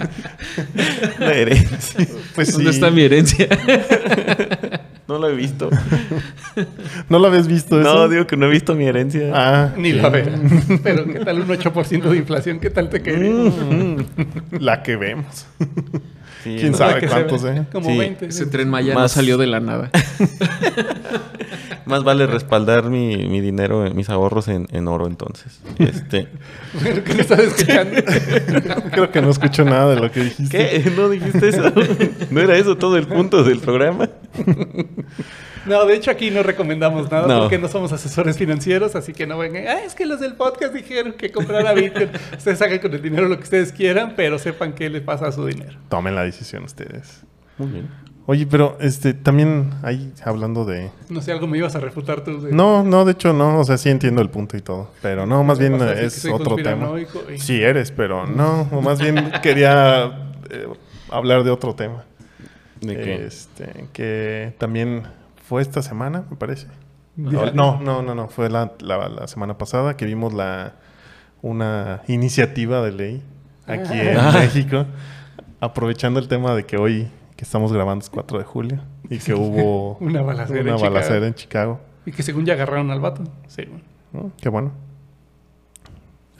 Speaker 3: La herencia.
Speaker 1: Pues sí,
Speaker 2: ¿Dónde está mi herencia?
Speaker 3: No la he visto.
Speaker 1: ¿No lo habías visto eso?
Speaker 3: No, digo que no he visto mi herencia.
Speaker 1: Ah,
Speaker 4: Ni la vean. Pero ¿qué tal un 8% de inflación? ¿Qué tal te quería?
Speaker 1: Mm, la que vemos.
Speaker 3: Sí,
Speaker 1: ¿Quién
Speaker 3: no.
Speaker 1: sabe
Speaker 4: La que se
Speaker 1: cuántos,
Speaker 4: ve,
Speaker 1: eh?
Speaker 4: Como
Speaker 3: Sí.
Speaker 4: 20.
Speaker 2: Ese tren Maya no
Speaker 3: Más-
Speaker 2: salió de la nada.
Speaker 3: Más vale respaldar mi, mi dinero, eh, mis ahorros en, en oro entonces. Este,
Speaker 4: Bueno, ¿qué me estás escuchando?
Speaker 1: Creo que no escucho nada de lo que dijiste.
Speaker 3: ¿Qué? ¿No dijiste eso? ¿No era eso todo el punto del programa?
Speaker 4: No, de hecho aquí no recomendamos nada
Speaker 3: No.
Speaker 4: porque no somos asesores financieros, así que no vengan. Ah, es que los del podcast dijeron que comprara Bitcoin. ustedes hagan con el dinero lo que ustedes quieran, pero sepan qué les pasa a su dinero.
Speaker 1: Tomen la decisión ustedes.
Speaker 3: Muy bien.
Speaker 1: Oye, pero este también ahí hablando de
Speaker 4: No sé, algo me ibas a refutar tú. de-
Speaker 1: No, no, de hecho no, o sea, sí entiendo el punto y todo, pero no, más bien
Speaker 4: vas a decir que
Speaker 1: es
Speaker 4: soy
Speaker 1: otro tema.
Speaker 4: conspiranoico y-
Speaker 1: Sí eres, pero no, o más bien quería eh, hablar de otro tema.
Speaker 3: ¿De qué?
Speaker 1: Este, que también fue esta semana, me parece.
Speaker 4: Ya.
Speaker 1: No, no, no, no, fue la, la- la semana pasada que vimos la una iniciativa de ley aquí en
Speaker 3: Ah.
Speaker 1: México, aprovechando el tema de que hoy que estamos grabando es 4 de julio y que hubo
Speaker 4: Una balacera en
Speaker 1: una
Speaker 4: Chicago.
Speaker 1: balacera en Chicago.
Speaker 4: Y que según ya agarraron al vato. Sí, bueno.
Speaker 1: ¿no? Qué bueno.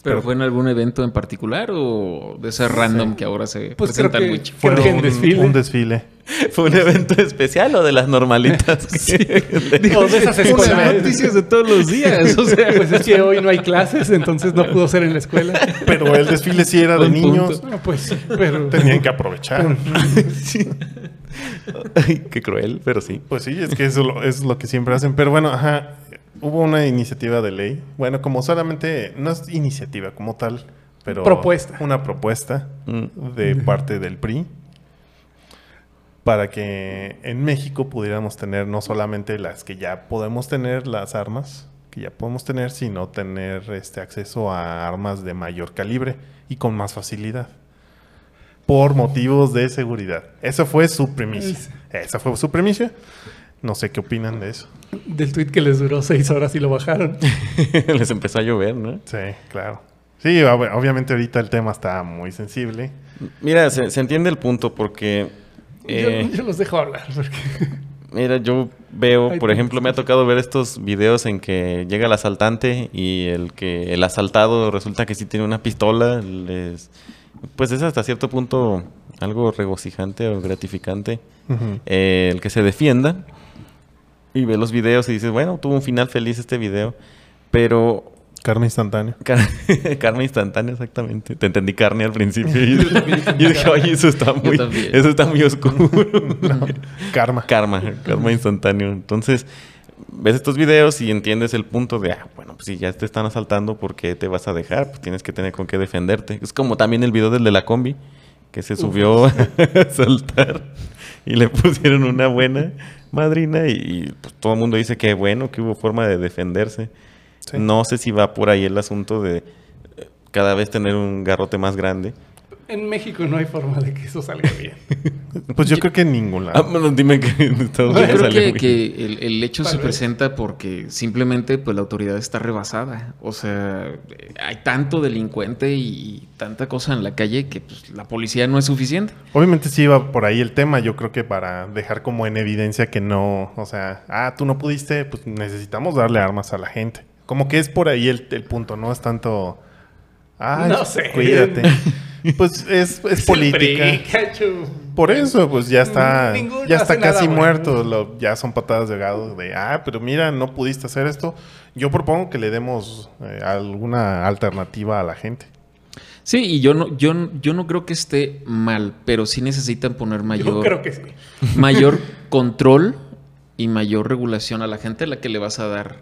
Speaker 2: ¿Pero fue en algún evento en particular o de ese random que ahora se
Speaker 4: Pues creo
Speaker 2: presentan
Speaker 4: que-
Speaker 2: mucho?
Speaker 1: Fue
Speaker 4: Creo que
Speaker 1: un,
Speaker 4: un desfile.
Speaker 1: un desfile.
Speaker 3: ¿Fue un evento especial o de las normalitas?
Speaker 4: O de esas
Speaker 2: Pues,
Speaker 4: escuelas.
Speaker 2: noticias de todos los días. O sea,
Speaker 4: Pues es que hoy no hay clases, entonces no pudo ser en la escuela.
Speaker 1: Pero el desfile sí era de
Speaker 2: Buen punto.
Speaker 1: niños.
Speaker 4: No, pues sí, pero...
Speaker 1: Tenían que aprovechar.
Speaker 3: Ay, qué cruel, pero sí.
Speaker 1: Pues sí, es que eso lo- es lo que siempre hacen. Pero bueno, ajá, hubo una iniciativa de ley. Bueno, como solamente, no es iniciativa como tal, pero...
Speaker 4: Propuesta.
Speaker 1: Una propuesta
Speaker 3: Mm.
Speaker 1: de parte del PRI para que en México pudiéramos tener no solamente las que ya podemos tener, las armas que ya podemos tener, sino tener este acceso a armas de mayor calibre y con más facilidad. Por motivos de seguridad. Esa fue su premisa. Esa fue su premisa. No sé qué opinan de eso.
Speaker 4: Del tweet que les duró seis horas y lo bajaron.
Speaker 3: Les empezó a llover, ¿no?
Speaker 1: Sí, claro. Sí, ob- obviamente ahorita el tema está muy sensible.
Speaker 3: Mira, se, se entiende el punto porque... eh,
Speaker 4: Yo, yo los dejo hablar. Porque...
Speaker 3: Mira, yo veo,
Speaker 4: Ay,
Speaker 3: por
Speaker 4: tú.
Speaker 3: ejemplo, me ha tocado ver estos videos en que llega el asaltante y el que el asaltado resulta que sí tiene una pistola, les- pues es hasta cierto punto algo regocijante o gratificante
Speaker 1: Ujú.
Speaker 3: eh, el que se defienda y ve los videos y dices, bueno, tuvo un final feliz este video, pero
Speaker 1: Carne instantánea.
Speaker 3: car- carne instantánea exactamente. Te entendí carne al principio y, y dije, oye, eso está muy,
Speaker 2: también.
Speaker 3: eso está muy oscuro.
Speaker 1: No, karma.
Speaker 3: Karma, karma instantáneo. Entonces, ves estos videos y entiendes el punto de, ah, bueno, pues si ya te están asaltando, ¿por qué te vas a dejar? Pues tienes que tener con qué defenderte. Es como también el video del de la combi, que se subió a asaltar y le pusieron una buena madrina y, y, pues, todo el mundo dice que bueno, que hubo forma de defenderse.
Speaker 1: Sí.
Speaker 3: No sé si va por ahí el asunto de eh, cada vez tener un garrote más grande.
Speaker 4: En México no hay forma de que eso salga bien.
Speaker 1: Pues yo creo que en ningún
Speaker 3: Ah,
Speaker 1: lado.
Speaker 3: bueno, dime que en Estados
Speaker 2: Yo
Speaker 3: Unidos
Speaker 2: creo
Speaker 3: salió
Speaker 2: que,
Speaker 3: bien.
Speaker 2: que el, el hecho
Speaker 4: Tal
Speaker 2: se
Speaker 4: vez.
Speaker 2: presenta porque simplemente pues, la autoridad está rebasada. O sea, eh, hay tanto delincuente y tanta cosa en la calle que pues, la policía no es suficiente.
Speaker 1: Obviamente sí iba por ahí el tema, yo creo que para dejar como en evidencia que no, o sea, ah, tú no pudiste, pues necesitamos darle armas a la gente. Como que es por ahí el, el punto, no es tanto, ah,
Speaker 4: No sé.
Speaker 1: cuídate. Pues es, es política. Por eso, pues ya está,
Speaker 4: Ninguno
Speaker 1: ya está
Speaker 4: hace nada
Speaker 1: casi
Speaker 4: bueno.
Speaker 1: muerto, lo- ya son patadas de gado de, ah, pero mira, no pudiste hacer esto. Yo propongo que le demos eh, alguna alternativa a la gente.
Speaker 2: Sí, y yo no, yo, no- yo no creo que esté mal, pero sí necesitan poner mayor,
Speaker 4: Yo creo que sí.
Speaker 2: mayor control y mayor regulación a la gente a la que le vas a dar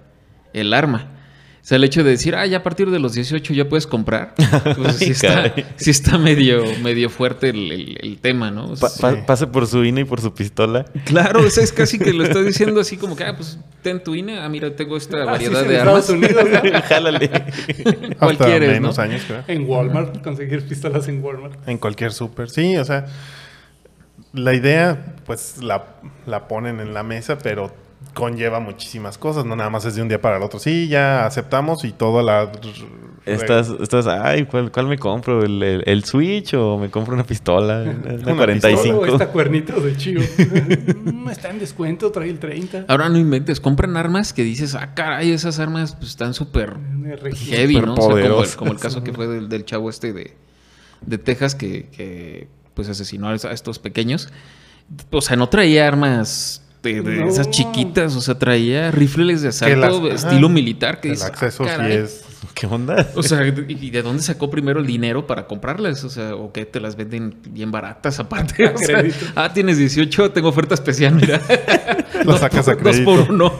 Speaker 2: el arma. O sea, el hecho de decir, ah, ya a partir de los 18 ya puedes comprar, pues sí
Speaker 3: Ay,
Speaker 2: está,
Speaker 3: caray.
Speaker 2: sí está medio, medio fuerte el, el- el tema, ¿no? O sea,
Speaker 3: Pa- pa- pase por su INE y por su pistola.
Speaker 2: Claro, o sea, es casi que lo estás diciendo así como que, ah, pues ten tu INE, ah, mira, tengo esta
Speaker 4: Así es
Speaker 2: variedad
Speaker 4: en
Speaker 2: de
Speaker 4: Estados
Speaker 2: armas.
Speaker 4: Unidos, ¿no?
Speaker 3: Jálale.
Speaker 2: ¿Cuál
Speaker 1: Hasta
Speaker 2: quieres,
Speaker 1: menos
Speaker 2: no?
Speaker 1: años, creo.
Speaker 4: En Walmart, conseguir pistolas en Walmart.
Speaker 1: En cualquier súper. Sí, o sea, la idea, pues la, la ponen en la mesa, pero conlleva muchísimas cosas, no nada más es de un día para el otro. Sí, ya aceptamos y toda la... r-
Speaker 3: Estás, estás, ay, ¿cuál, cuál me compro? ¿El, el, el Switch o me compro una pistola? Una,
Speaker 1: Una
Speaker 3: 45.
Speaker 4: Solo esta cuernita de chivo. Mm, está en descuento, trae el 30.
Speaker 2: Ahora no inventes, compran armas que dices, ah, caray, esas armas pues, están súper
Speaker 4: Me regí.
Speaker 2: heavy, ¿no? O sea, como el- como, el,
Speaker 3: Superpoderosas.
Speaker 2: caso que fue del, del chavo este de, de Texas que, que, pues asesinó a a estos pequeños. O sea, no traía armas de, de
Speaker 4: No.
Speaker 2: esas chiquitas, o sea, traía rifles de
Speaker 1: que las-
Speaker 2: asalto
Speaker 1: ajá,
Speaker 2: estilo militar que
Speaker 1: El
Speaker 2: dices, ah,
Speaker 1: acceso sí
Speaker 2: caray.
Speaker 1: es...
Speaker 3: ¿Qué onda?
Speaker 2: O sea, ¿y de dónde sacó primero el dinero para comprarlas? O sea, o que te las venden bien baratas aparte.
Speaker 4: A
Speaker 2: O sea,
Speaker 4: crédito.
Speaker 2: ah, tienes 18, tengo oferta especial, mira.
Speaker 1: Lo sacas a
Speaker 2: Dos
Speaker 1: crédito.
Speaker 2: por uno.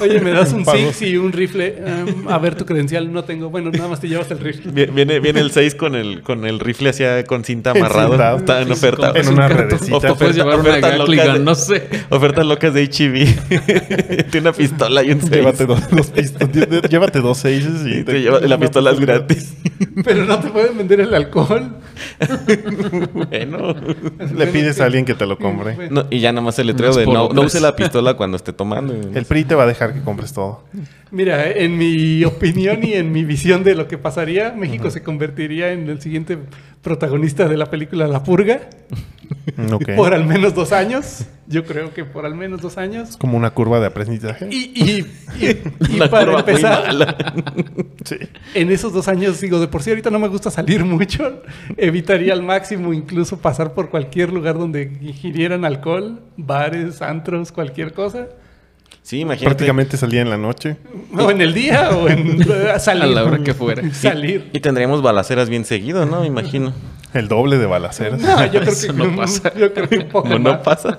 Speaker 4: Oye, me das un
Speaker 1: Pago.
Speaker 4: six y un rifle. Um, a ver, tu credencial no tengo. Bueno, nada más te llevas el rifle.
Speaker 3: Vi- Viene, viene el 6 con el, con el rifle hacia, con cinta amarrado.
Speaker 1: Encintado.
Speaker 3: Está en
Speaker 1: Sí,
Speaker 3: oferta.
Speaker 1: En
Speaker 2: Compras
Speaker 1: una
Speaker 2: cartón,
Speaker 1: redecita.
Speaker 2: o te puedes
Speaker 3: Oferta-
Speaker 2: llevar una
Speaker 3: oferta
Speaker 2: Gatling
Speaker 3: local.
Speaker 2: gun, no sé.
Speaker 3: Ofertas locas de HB. Tiene una pistola y un 6.
Speaker 1: Llévate dos, dos pistas- llévate dos seises y,
Speaker 3: te lleva- la
Speaker 1: una
Speaker 3: pistola es gratis.
Speaker 4: Pero no te pueden vender el alcohol.
Speaker 3: bueno.
Speaker 1: Le pides a alguien que te lo compre.
Speaker 4: Bueno.
Speaker 3: No, y ya nada más el letrero
Speaker 2: Unas
Speaker 3: de
Speaker 2: por
Speaker 3: no, no
Speaker 2: otras.
Speaker 3: use la pistola cuando esté tomando.
Speaker 1: El PRI te va a dejar que compres todo.
Speaker 4: Mira, en mi opinión y en mi visión de lo que pasaría, México se convertiría en el siguiente protagonista de la película La Purga.
Speaker 3: Mm,
Speaker 1: Ok.
Speaker 4: por al menos dos años. Yo creo que por al menos dos
Speaker 1: Es
Speaker 4: años.
Speaker 1: como una curva de aprendizaje.
Speaker 4: Y, y- y- y
Speaker 3: Una
Speaker 4: para
Speaker 3: curva muy
Speaker 4: empezar,
Speaker 3: mala.
Speaker 1: Sí.
Speaker 4: en esos dos años, digo, de por sí ahorita no me gusta salir mucho. Evitaría al máximo incluso pasar por cualquier lugar donde ingirieran alcohol, bares, antros, cualquier cosa.
Speaker 3: Sí, imagínate.
Speaker 1: Prácticamente salía en la noche.
Speaker 4: O en el día o en salir.
Speaker 2: A la hora que fuera.
Speaker 4: Salir.
Speaker 3: Y tendríamos balaceras bien seguido, ¿no? Me Imagino.
Speaker 1: El doble de balaceras.
Speaker 4: No, yo creo
Speaker 2: Eso
Speaker 4: que
Speaker 2: no pasa.
Speaker 4: Yo creo que un poco
Speaker 3: ¿O no
Speaker 4: más.
Speaker 3: pasa?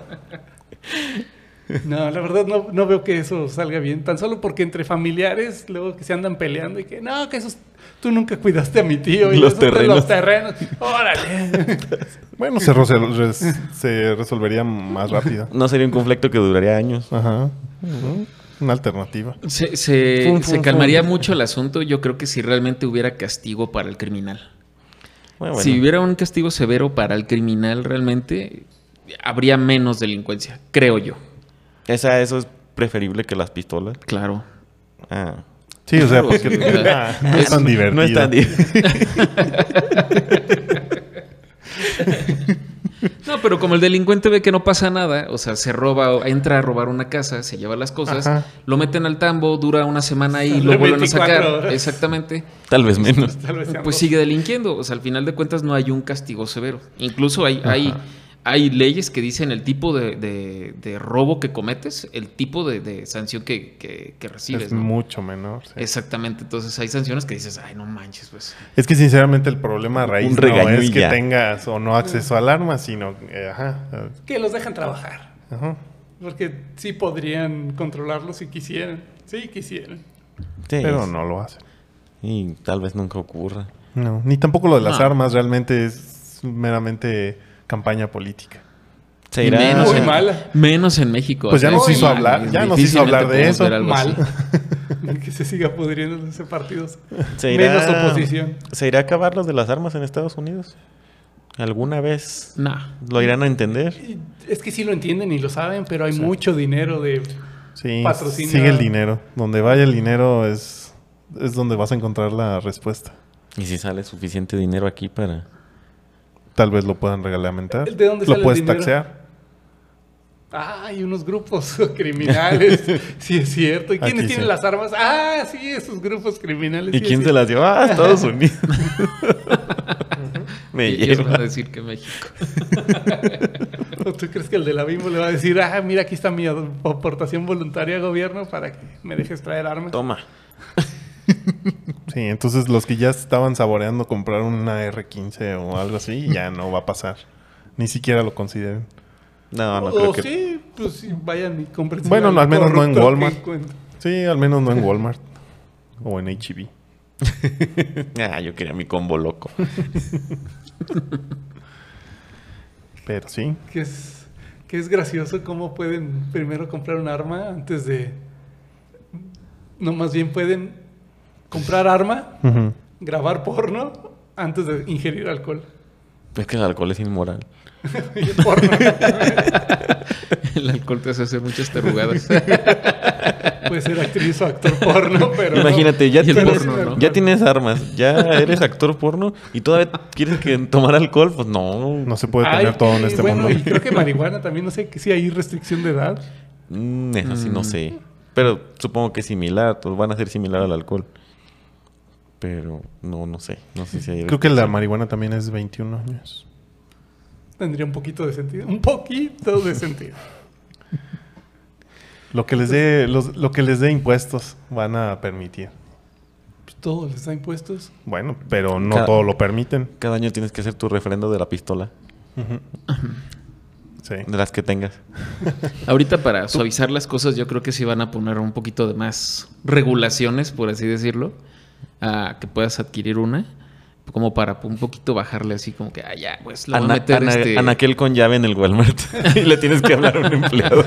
Speaker 4: No, la verdad no, no veo que eso salga bien. Tan solo porque entre familiares luego que se andan peleando y que no, que esos tú nunca cuidaste a mi tío y
Speaker 3: Los
Speaker 4: esos de
Speaker 3: terrenos.
Speaker 4: los terrenos. Órale.
Speaker 1: Bueno, se, ro- se res- se resolvería más rápido.
Speaker 3: No sería un conflicto que duraría años.
Speaker 1: Ajá. Ujú. Una alternativa.
Speaker 2: Se, se-
Speaker 3: Fum, fum,
Speaker 2: se
Speaker 3: fum.
Speaker 2: calmaría mucho el asunto, yo creo que si realmente hubiera castigo para el criminal.
Speaker 3: Bueno, Ah, bueno.
Speaker 2: Si hubiera un castigo severo para el criminal, realmente habría menos delincuencia, creo yo.
Speaker 3: Esa, eso es preferible que las pistolas.
Speaker 2: Claro.
Speaker 3: Ah.
Speaker 1: Sí, o sea, porque
Speaker 2: Claro.
Speaker 1: Ah, no es tan divertido.
Speaker 3: No es tan di-
Speaker 2: No, pero como el delincuente ve que no pasa nada, o sea, se roba, entra a robar una casa, se lleva las cosas,
Speaker 1: Ajá.
Speaker 2: lo meten al tambo, dura una semana y
Speaker 4: Sale
Speaker 2: lo vuelven a
Speaker 4: 24
Speaker 2: sacar.
Speaker 4: horas.
Speaker 2: Exactamente.
Speaker 3: Tal vez menos.
Speaker 4: Tal vez sean
Speaker 2: Pues
Speaker 4: dos.
Speaker 2: sigue delinquiendo. O sea, al final de cuentas no hay un castigo severo. Incluso hay, hay, hay leyes que dicen el tipo de, de- de robo que cometes, el tipo de, de sanción que, que- que recibes.
Speaker 1: Es
Speaker 2: ¿no?
Speaker 1: mucho menor. sí. Es...
Speaker 2: Exactamente. Entonces hay sanciones que dices, ay, no manches, pues.
Speaker 1: que sinceramente el problema raíz
Speaker 3: Un
Speaker 1: no
Speaker 3: regaño
Speaker 1: es
Speaker 3: y
Speaker 1: que
Speaker 3: ya.
Speaker 1: tengas o no acceso al arma, sino. eh, ajá. eh,
Speaker 4: Que los dejan trabajar.
Speaker 1: ajá.
Speaker 4: Porque sí podrían controlarlo si quisieran. Sí quisieran.
Speaker 3: Sí,
Speaker 1: Pero no lo hacen.
Speaker 3: Y tal vez nunca ocurra.
Speaker 1: No, ni tampoco lo de las
Speaker 2: No.
Speaker 1: armas realmente es meramente campaña política.
Speaker 3: Se
Speaker 2: Y
Speaker 3: irá.
Speaker 2: menos,
Speaker 4: Muy
Speaker 2: en,
Speaker 4: mal.
Speaker 2: menos en México.
Speaker 1: Pues ya
Speaker 4: nos hizo
Speaker 2: mal,
Speaker 1: hablar-
Speaker 2: es
Speaker 1: ya nos hizo hablar de
Speaker 2: difícilmente
Speaker 1: eso.
Speaker 2: podemos ver algo
Speaker 4: Mal.
Speaker 2: así.
Speaker 4: que se siga pudriendo ese partidos.
Speaker 3: Se irá-
Speaker 4: Menos oposición.
Speaker 3: ¿Se irá a acabar los de las armas en Estados Unidos? ¿Alguna vez
Speaker 2: Nah.
Speaker 3: lo irán a entender?
Speaker 4: Y Es que sí lo entienden y lo saben, pero hay mucho dinero de
Speaker 1: Sí,
Speaker 4: Patrocina-
Speaker 1: sigue el dinero. Donde vaya el dinero es, es donde vas a encontrar la respuesta.
Speaker 3: ¿Y si sale suficiente dinero aquí para...?
Speaker 1: Tal vez lo puedan reglamentar.
Speaker 4: ¿De dónde
Speaker 1: lo
Speaker 4: sale el
Speaker 1: puedes
Speaker 4: dinero?
Speaker 1: taxear.
Speaker 4: Ah, hay unos grupos criminales. sí, es cierto. ¿Y quiénes
Speaker 1: Aquí
Speaker 4: tienen
Speaker 1: sí.
Speaker 4: las armas? Ah, sí, esos grupos criminales.
Speaker 3: ¿Y
Speaker 4: sí,
Speaker 3: quién
Speaker 4: es
Speaker 3: se
Speaker 4: cierto.
Speaker 3: las lleva? Ah, Estados Unidos. Me
Speaker 2: Y- y ellos van a
Speaker 3: lleva.
Speaker 2: decir que México.
Speaker 4: ¿O ¿Tú crees que el de la Bimbo le va a decir, ah, mira, aquí está mi ad- aportación voluntaria a gobierno para que me dejes traer armas?
Speaker 3: Toma.
Speaker 1: Sí, entonces los que ya estaban saboreando comprar una R15 o algo así, ya no va a pasar. Ni siquiera lo consideren.
Speaker 3: No, no
Speaker 4: o
Speaker 3: creo que...
Speaker 4: sí, pues sí, vayan y compren.
Speaker 1: Bueno, no, al menos no en Walmart.
Speaker 4: Pero
Speaker 1: Sí, al menos no en Walmart o en E HB.
Speaker 3: Ah, yo quería mi combo loco.
Speaker 1: Pero sí,
Speaker 4: Que es, que es gracioso cómo pueden primero comprar un arma antes de... No, más bien pueden comprar arma,
Speaker 1: Ujú.
Speaker 4: grabar porno antes de ingerir alcohol.
Speaker 3: Es que el alcohol es inmoral.
Speaker 4: Y el porno.
Speaker 2: El alcohol te hace hacer muchas terrugadas.
Speaker 4: Puede ser actriz o actor porno, pero. no.
Speaker 3: Imagínate, ya,
Speaker 2: Y el
Speaker 3: tienes,
Speaker 2: porno, ¿no?
Speaker 3: ya tienes armas, ya eres actor porno y todavía quieres que tomar alcohol, pues no.
Speaker 1: no se puede
Speaker 4: Ay,
Speaker 1: tener todo en
Speaker 4: y
Speaker 1: este
Speaker 4: bueno,
Speaker 1: mundo.
Speaker 4: Y creo que marihuana también, no sé que si hay restricción de edad.
Speaker 3: Mm, eso sí, no sé. Pero supongo que es similar, todos van a ser similar al alcohol. Pero no, no sé. No sé si hay...
Speaker 1: Creo que la marihuana también es 21 años.
Speaker 4: Tendría un poquito de sentido. Un poquito de sentido.
Speaker 1: Lo que les dé, los- lo que les dé impuestos van a permitir.
Speaker 4: Pues Todo les da impuestos.
Speaker 1: Bueno, pero no
Speaker 3: Ca-
Speaker 1: todo lo permiten.
Speaker 3: Cada año tienes que hacer tu refrendo de la pistola,
Speaker 1: Sí.
Speaker 3: de las que tengas.
Speaker 2: Ahorita para suavizar las cosas, yo creo que sí van a poner un poquito de más regulaciones, por así decirlo, a que puedas adquirir una, como para un poquito bajarle así como que, ah, ya, pues la voy a
Speaker 3: Ana-
Speaker 2: meter
Speaker 3: Ana-
Speaker 2: este...
Speaker 3: Anaquel con llave en el Walmart. y le tienes que hablar a un empleado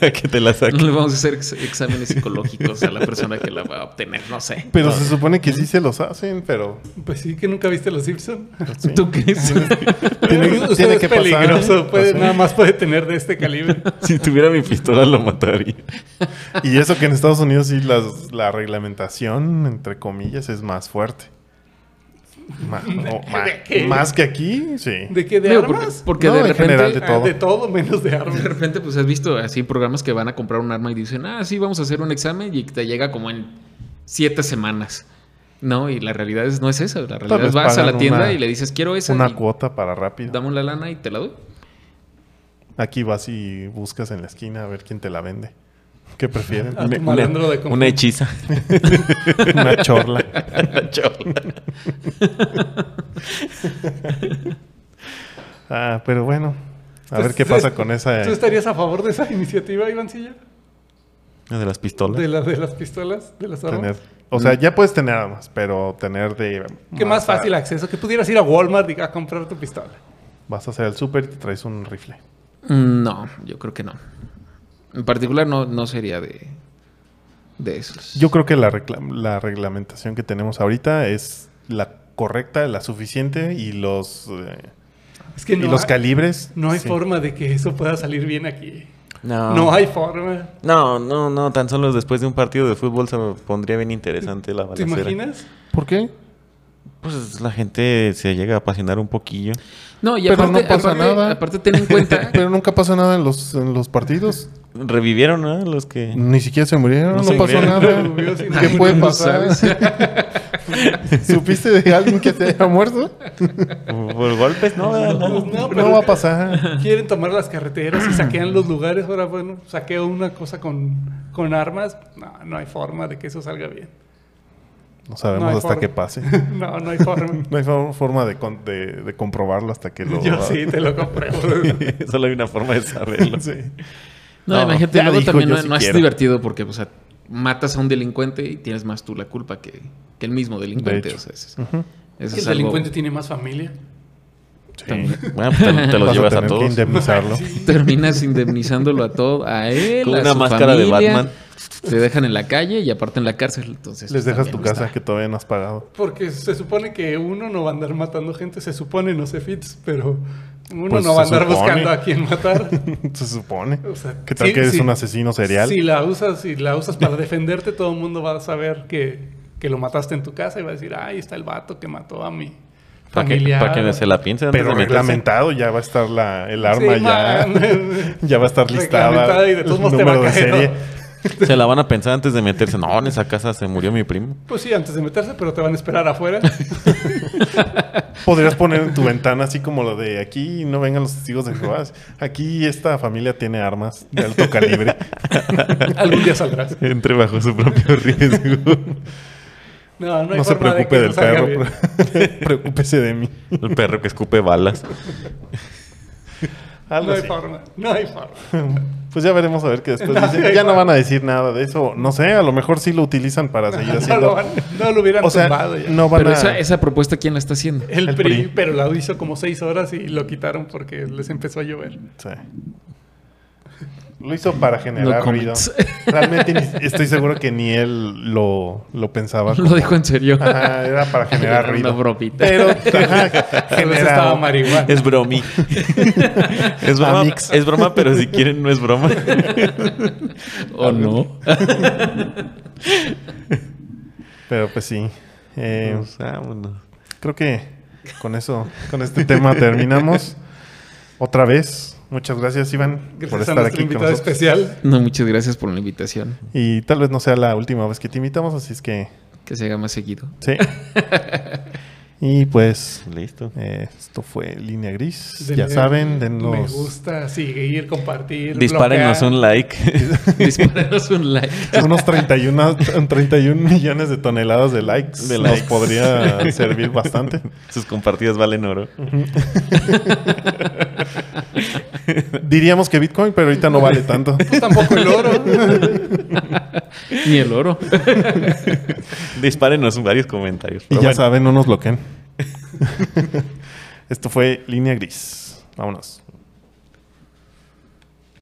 Speaker 3: a que te la
Speaker 2: No
Speaker 3: saque.
Speaker 2: le vamos a hacer ex- exámenes psicológicos a la persona que la va a obtener, no sé.
Speaker 1: Pero se supone que sí se los hacen, pero
Speaker 4: Pues sí, que nunca viste los Simpson.
Speaker 1: sí.
Speaker 2: ¿Tú crees?
Speaker 1: tiene,
Speaker 4: Usted
Speaker 1: tiene
Speaker 4: es
Speaker 1: que pasar. ¿eh?
Speaker 4: peligroso. Puede,
Speaker 1: Pasar.
Speaker 4: nada más puede tener de este calibre.
Speaker 3: Si tuviera mi pistola lo mataría.
Speaker 1: Y eso que en Estados Unidos sí las- la reglamentación, entre comillas, es más fuerte. Ma- o ma-
Speaker 4: ¿De qué?
Speaker 1: Más que aquí, sí.
Speaker 4: ¿De qué? ¿De
Speaker 2: Digo, porque-
Speaker 4: armas?
Speaker 2: porque
Speaker 1: No,
Speaker 2: de
Speaker 1: en
Speaker 2: repente
Speaker 1: general, de
Speaker 4: Ah,
Speaker 1: todo.
Speaker 4: de todo menos de armas.
Speaker 2: De repente, pues has visto así programas que van a comprar un arma y dicen, ah, sí, vamos a hacer un examen y te llega como en siete semanas. No, y la realidad es, no es esa. La realidad
Speaker 1: vez
Speaker 2: es vas a la
Speaker 1: pagan
Speaker 2: tienda
Speaker 1: una-
Speaker 2: y le dices, quiero esa.
Speaker 1: Una
Speaker 2: y
Speaker 1: cuota para rápido.
Speaker 2: dame la lana y te la doy.
Speaker 1: Aquí vas y buscas en la esquina a ver quién te la vende. ¿Qué prefieren?
Speaker 4: Ah,
Speaker 1: Me-
Speaker 4: tu malandro de confianza.
Speaker 3: Una hechiza.
Speaker 1: Una chorla.
Speaker 3: La chola.
Speaker 1: Ah, pero bueno. A
Speaker 4: Entonces,
Speaker 1: ver qué pasa con esa. eh?
Speaker 4: ¿Tú estarías a favor de esa iniciativa, Ivancilla?
Speaker 3: La de las pistolas.
Speaker 4: De la de las pistolas, de las armas.
Speaker 1: tener- o sea, ya puedes tener armas, pero tener de.
Speaker 4: Que más
Speaker 1: vas a-
Speaker 4: fácil acceso, que pudieras ir a Walmart y a comprar tu pistola.
Speaker 1: Vas a hacer el súper y te traes un rifle.
Speaker 2: Mm, No, yo creo que no. En particular, no, no sería de, de esos.
Speaker 1: Yo creo que la, recla- la reglamentación que tenemos ahorita es la correcta, la suficiente y los eh,
Speaker 4: Es que
Speaker 1: y
Speaker 4: no,
Speaker 1: los
Speaker 4: hay-
Speaker 1: calibres.
Speaker 4: no hay
Speaker 1: sí.
Speaker 4: forma de que eso pueda salir bien aquí.
Speaker 3: No.
Speaker 4: No hay forma.
Speaker 3: No, no, no, tan solo después de un partido de fútbol se me pondría bien interesante la
Speaker 4: ¿Te
Speaker 3: balacera.
Speaker 4: imaginas?
Speaker 1: ¿Por qué?
Speaker 3: Pues la gente se llega a apasionar un poquillo.
Speaker 2: No, y
Speaker 1: Pero
Speaker 2: aparte,
Speaker 1: no pasa
Speaker 2: aparte-
Speaker 1: nada.
Speaker 2: aparte ten en cuenta.
Speaker 1: Pero nunca pasó nada en los, en los partidos.
Speaker 3: Revivieron, ¿no? Los que...
Speaker 1: Ni siquiera se murieron,
Speaker 3: No
Speaker 1: no,
Speaker 3: se
Speaker 1: pasó
Speaker 3: murieron.
Speaker 1: nada.
Speaker 4: Murió sin
Speaker 1: ¿Qué
Speaker 4: nada.
Speaker 1: puede
Speaker 2: No
Speaker 1: pasar? ¿Supiste de alguien que se haya muerto?
Speaker 3: Por golpes, no, ¿verdad?
Speaker 4: Pues
Speaker 3: No.
Speaker 4: no, pero
Speaker 1: No va a pasar.
Speaker 4: Quieren tomar las carreteras y saquean los lugares. Ahora, bueno, saqueo una cosa con, con armas. No, no hay forma de que eso salga bien.
Speaker 1: No
Speaker 4: No
Speaker 1: sabemos
Speaker 4: hay
Speaker 1: hasta
Speaker 4: forma.
Speaker 1: que pase.
Speaker 4: No, no hay forma.
Speaker 1: No hay for- forma de, con- de- de comprobarlo hasta que lo...
Speaker 4: Yo sí, te lo compruebo.
Speaker 3: Solo hay una forma de saberlo.
Speaker 1: Sí.
Speaker 2: No,
Speaker 1: No,
Speaker 2: imagínate,
Speaker 1: ya
Speaker 2: luego
Speaker 1: dijo,
Speaker 2: también
Speaker 1: yo
Speaker 2: no,
Speaker 1: sí
Speaker 2: no es
Speaker 1: quiero.
Speaker 2: divertido porque, pues, o sea, matas a un delincuente y tienes más tú la culpa que, que el mismo delincuente.
Speaker 1: hecho.
Speaker 2: o sea, es-
Speaker 1: Ujú.
Speaker 2: eso
Speaker 4: El
Speaker 2: es algo-
Speaker 4: delincuente tiene más familia.
Speaker 1: Sí.
Speaker 2: También.
Speaker 3: Bueno, pues te, te
Speaker 1: Vas
Speaker 3: los
Speaker 1: a
Speaker 3: llevas a
Speaker 1: tener que
Speaker 3: todos.
Speaker 1: indemnizarlo.
Speaker 2: Terminas indemnizándolo a todo, a él,
Speaker 3: Con
Speaker 2: a
Speaker 3: una
Speaker 2: su
Speaker 3: máscara de
Speaker 2: familia,
Speaker 3: Batman.
Speaker 2: Te dejan en la calle y aparte en la cárcel, entonces...
Speaker 1: Les
Speaker 2: pues,
Speaker 1: dejas
Speaker 2: también
Speaker 1: tu
Speaker 2: no
Speaker 1: casa
Speaker 2: está.
Speaker 1: que todavía no has pagado.
Speaker 4: Porque se supone que uno no va a andar matando gente, se supone, no sé, Fitz, pero uno
Speaker 1: Pues
Speaker 4: no va a
Speaker 1: se
Speaker 4: andar
Speaker 1: supone.
Speaker 4: buscando a quién matar.
Speaker 1: Se supone.
Speaker 4: O sea,
Speaker 1: ¿Qué tal
Speaker 4: sí,
Speaker 1: que eres
Speaker 4: sí.
Speaker 1: un asesino serial?
Speaker 4: Si la usas, si la usas para defenderte, todo el mundo va a saber que, que lo mataste en tu casa y va a decir, ay, está el vato que mató a mi
Speaker 3: Para que,
Speaker 4: familiar.
Speaker 3: pa' que se la piensen. antes
Speaker 1: Pero
Speaker 3: de meterse.
Speaker 1: reglamentado ya va a estar la, el
Speaker 4: Sí,
Speaker 1: arma ya.
Speaker 4: man.
Speaker 1: Ya va a estar listada.
Speaker 4: Reglamentada y de todos
Speaker 1: el
Speaker 4: modos te va a
Speaker 1: número de
Speaker 4: caer, ¿no?
Speaker 1: serie.
Speaker 3: Se la van a pensar antes de meterse. No, en esa casa se murió mi primo.
Speaker 4: Pues sí, antes de meterse, pero te van a esperar afuera.
Speaker 1: Podrías poner en tu ventana así como lo de aquí no vengan los testigos de Jehová. Aquí esta familia tiene armas de alto calibre.
Speaker 4: Algún día saldrás.
Speaker 3: Entre bajo su propio riesgo.
Speaker 4: No, no
Speaker 1: No,
Speaker 4: hay
Speaker 1: se
Speaker 4: forma de que
Speaker 1: preocupe
Speaker 4: no
Speaker 1: del
Speaker 4: salga
Speaker 1: perro,
Speaker 4: bien.
Speaker 1: pero- preocúpese de mí.
Speaker 3: El perro que escupe balas.
Speaker 1: Algo
Speaker 4: No hay
Speaker 1: así.
Speaker 4: forma, no hay forma.
Speaker 1: Pues ya veremos a ver que después
Speaker 4: No,
Speaker 1: dicen.
Speaker 4: hay
Speaker 1: Ya no
Speaker 4: forma.
Speaker 1: van a decir nada de eso. No sé, a lo mejor sí lo utilizan para seguir
Speaker 4: No lo,
Speaker 1: haciendo.
Speaker 4: van- no lo hubieran
Speaker 1: O sea,
Speaker 4: tumbado ya.
Speaker 1: no van
Speaker 2: Pero
Speaker 1: a.
Speaker 2: esa, esa propuesta, ¿quién la está haciendo?
Speaker 4: El,
Speaker 1: El
Speaker 4: PRI,
Speaker 1: PRI.
Speaker 4: pero la hizo como seis horas y lo quitaron porque les empezó a llover.
Speaker 1: Sí. Lo hizo para generar ruido.
Speaker 2: comments.
Speaker 1: Realmente ni- estoy seguro que ni él lo, lo pensaba.
Speaker 2: Lo dijo en serio.
Speaker 1: Ajá, era para generar
Speaker 2: Una
Speaker 1: ruido.
Speaker 2: bromita.
Speaker 1: Pero ajá,
Speaker 4: Tal vez estaba
Speaker 1: genera
Speaker 4: marihuana.
Speaker 3: Es bromi. Es broma,
Speaker 1: Amix.
Speaker 3: es broma, pero si quieren no es broma.
Speaker 2: ¿O no?
Speaker 1: Pero pues sí. Eh,
Speaker 3: Pues, vámonos.
Speaker 1: creo que con eso, con este tema terminamos. Otra vez, muchas gracias, Iván,
Speaker 4: Gracias
Speaker 1: por
Speaker 4: a
Speaker 1: estar
Speaker 4: nuestro
Speaker 1: aquí con
Speaker 4: invitado
Speaker 1: nosotros.
Speaker 4: especial.
Speaker 2: No, muchas gracias por la invitación.
Speaker 1: Y tal vez no sea la última vez que te invitamos, así es que
Speaker 2: Que se haga más seguido.
Speaker 1: sí. y pues
Speaker 3: Listo.
Speaker 1: Eh, esto fue Línea Gris.
Speaker 4: Denle-
Speaker 1: ya saben,
Speaker 4: Me
Speaker 1: dennos
Speaker 4: gusta seguir, compartir.
Speaker 3: Dispárenos
Speaker 4: bloquear.
Speaker 3: un like.
Speaker 2: Dispárenos un like.
Speaker 1: unos 31, 31 millones de toneladas de likes.
Speaker 3: De
Speaker 1: Nos
Speaker 3: likes.
Speaker 1: podría servir bastante.
Speaker 3: Sus compartidas valen oro.
Speaker 1: Diríamos que Bitcoin, pero ahorita no vale tanto.
Speaker 4: Pues tampoco el oro.
Speaker 2: Ni el oro.
Speaker 3: Dispárenos varios comentarios.
Speaker 1: Y
Speaker 3: Pero
Speaker 1: ya
Speaker 3: bueno,
Speaker 1: saben, no nos bloqueen. esto fue Línea Gris. Vámonos.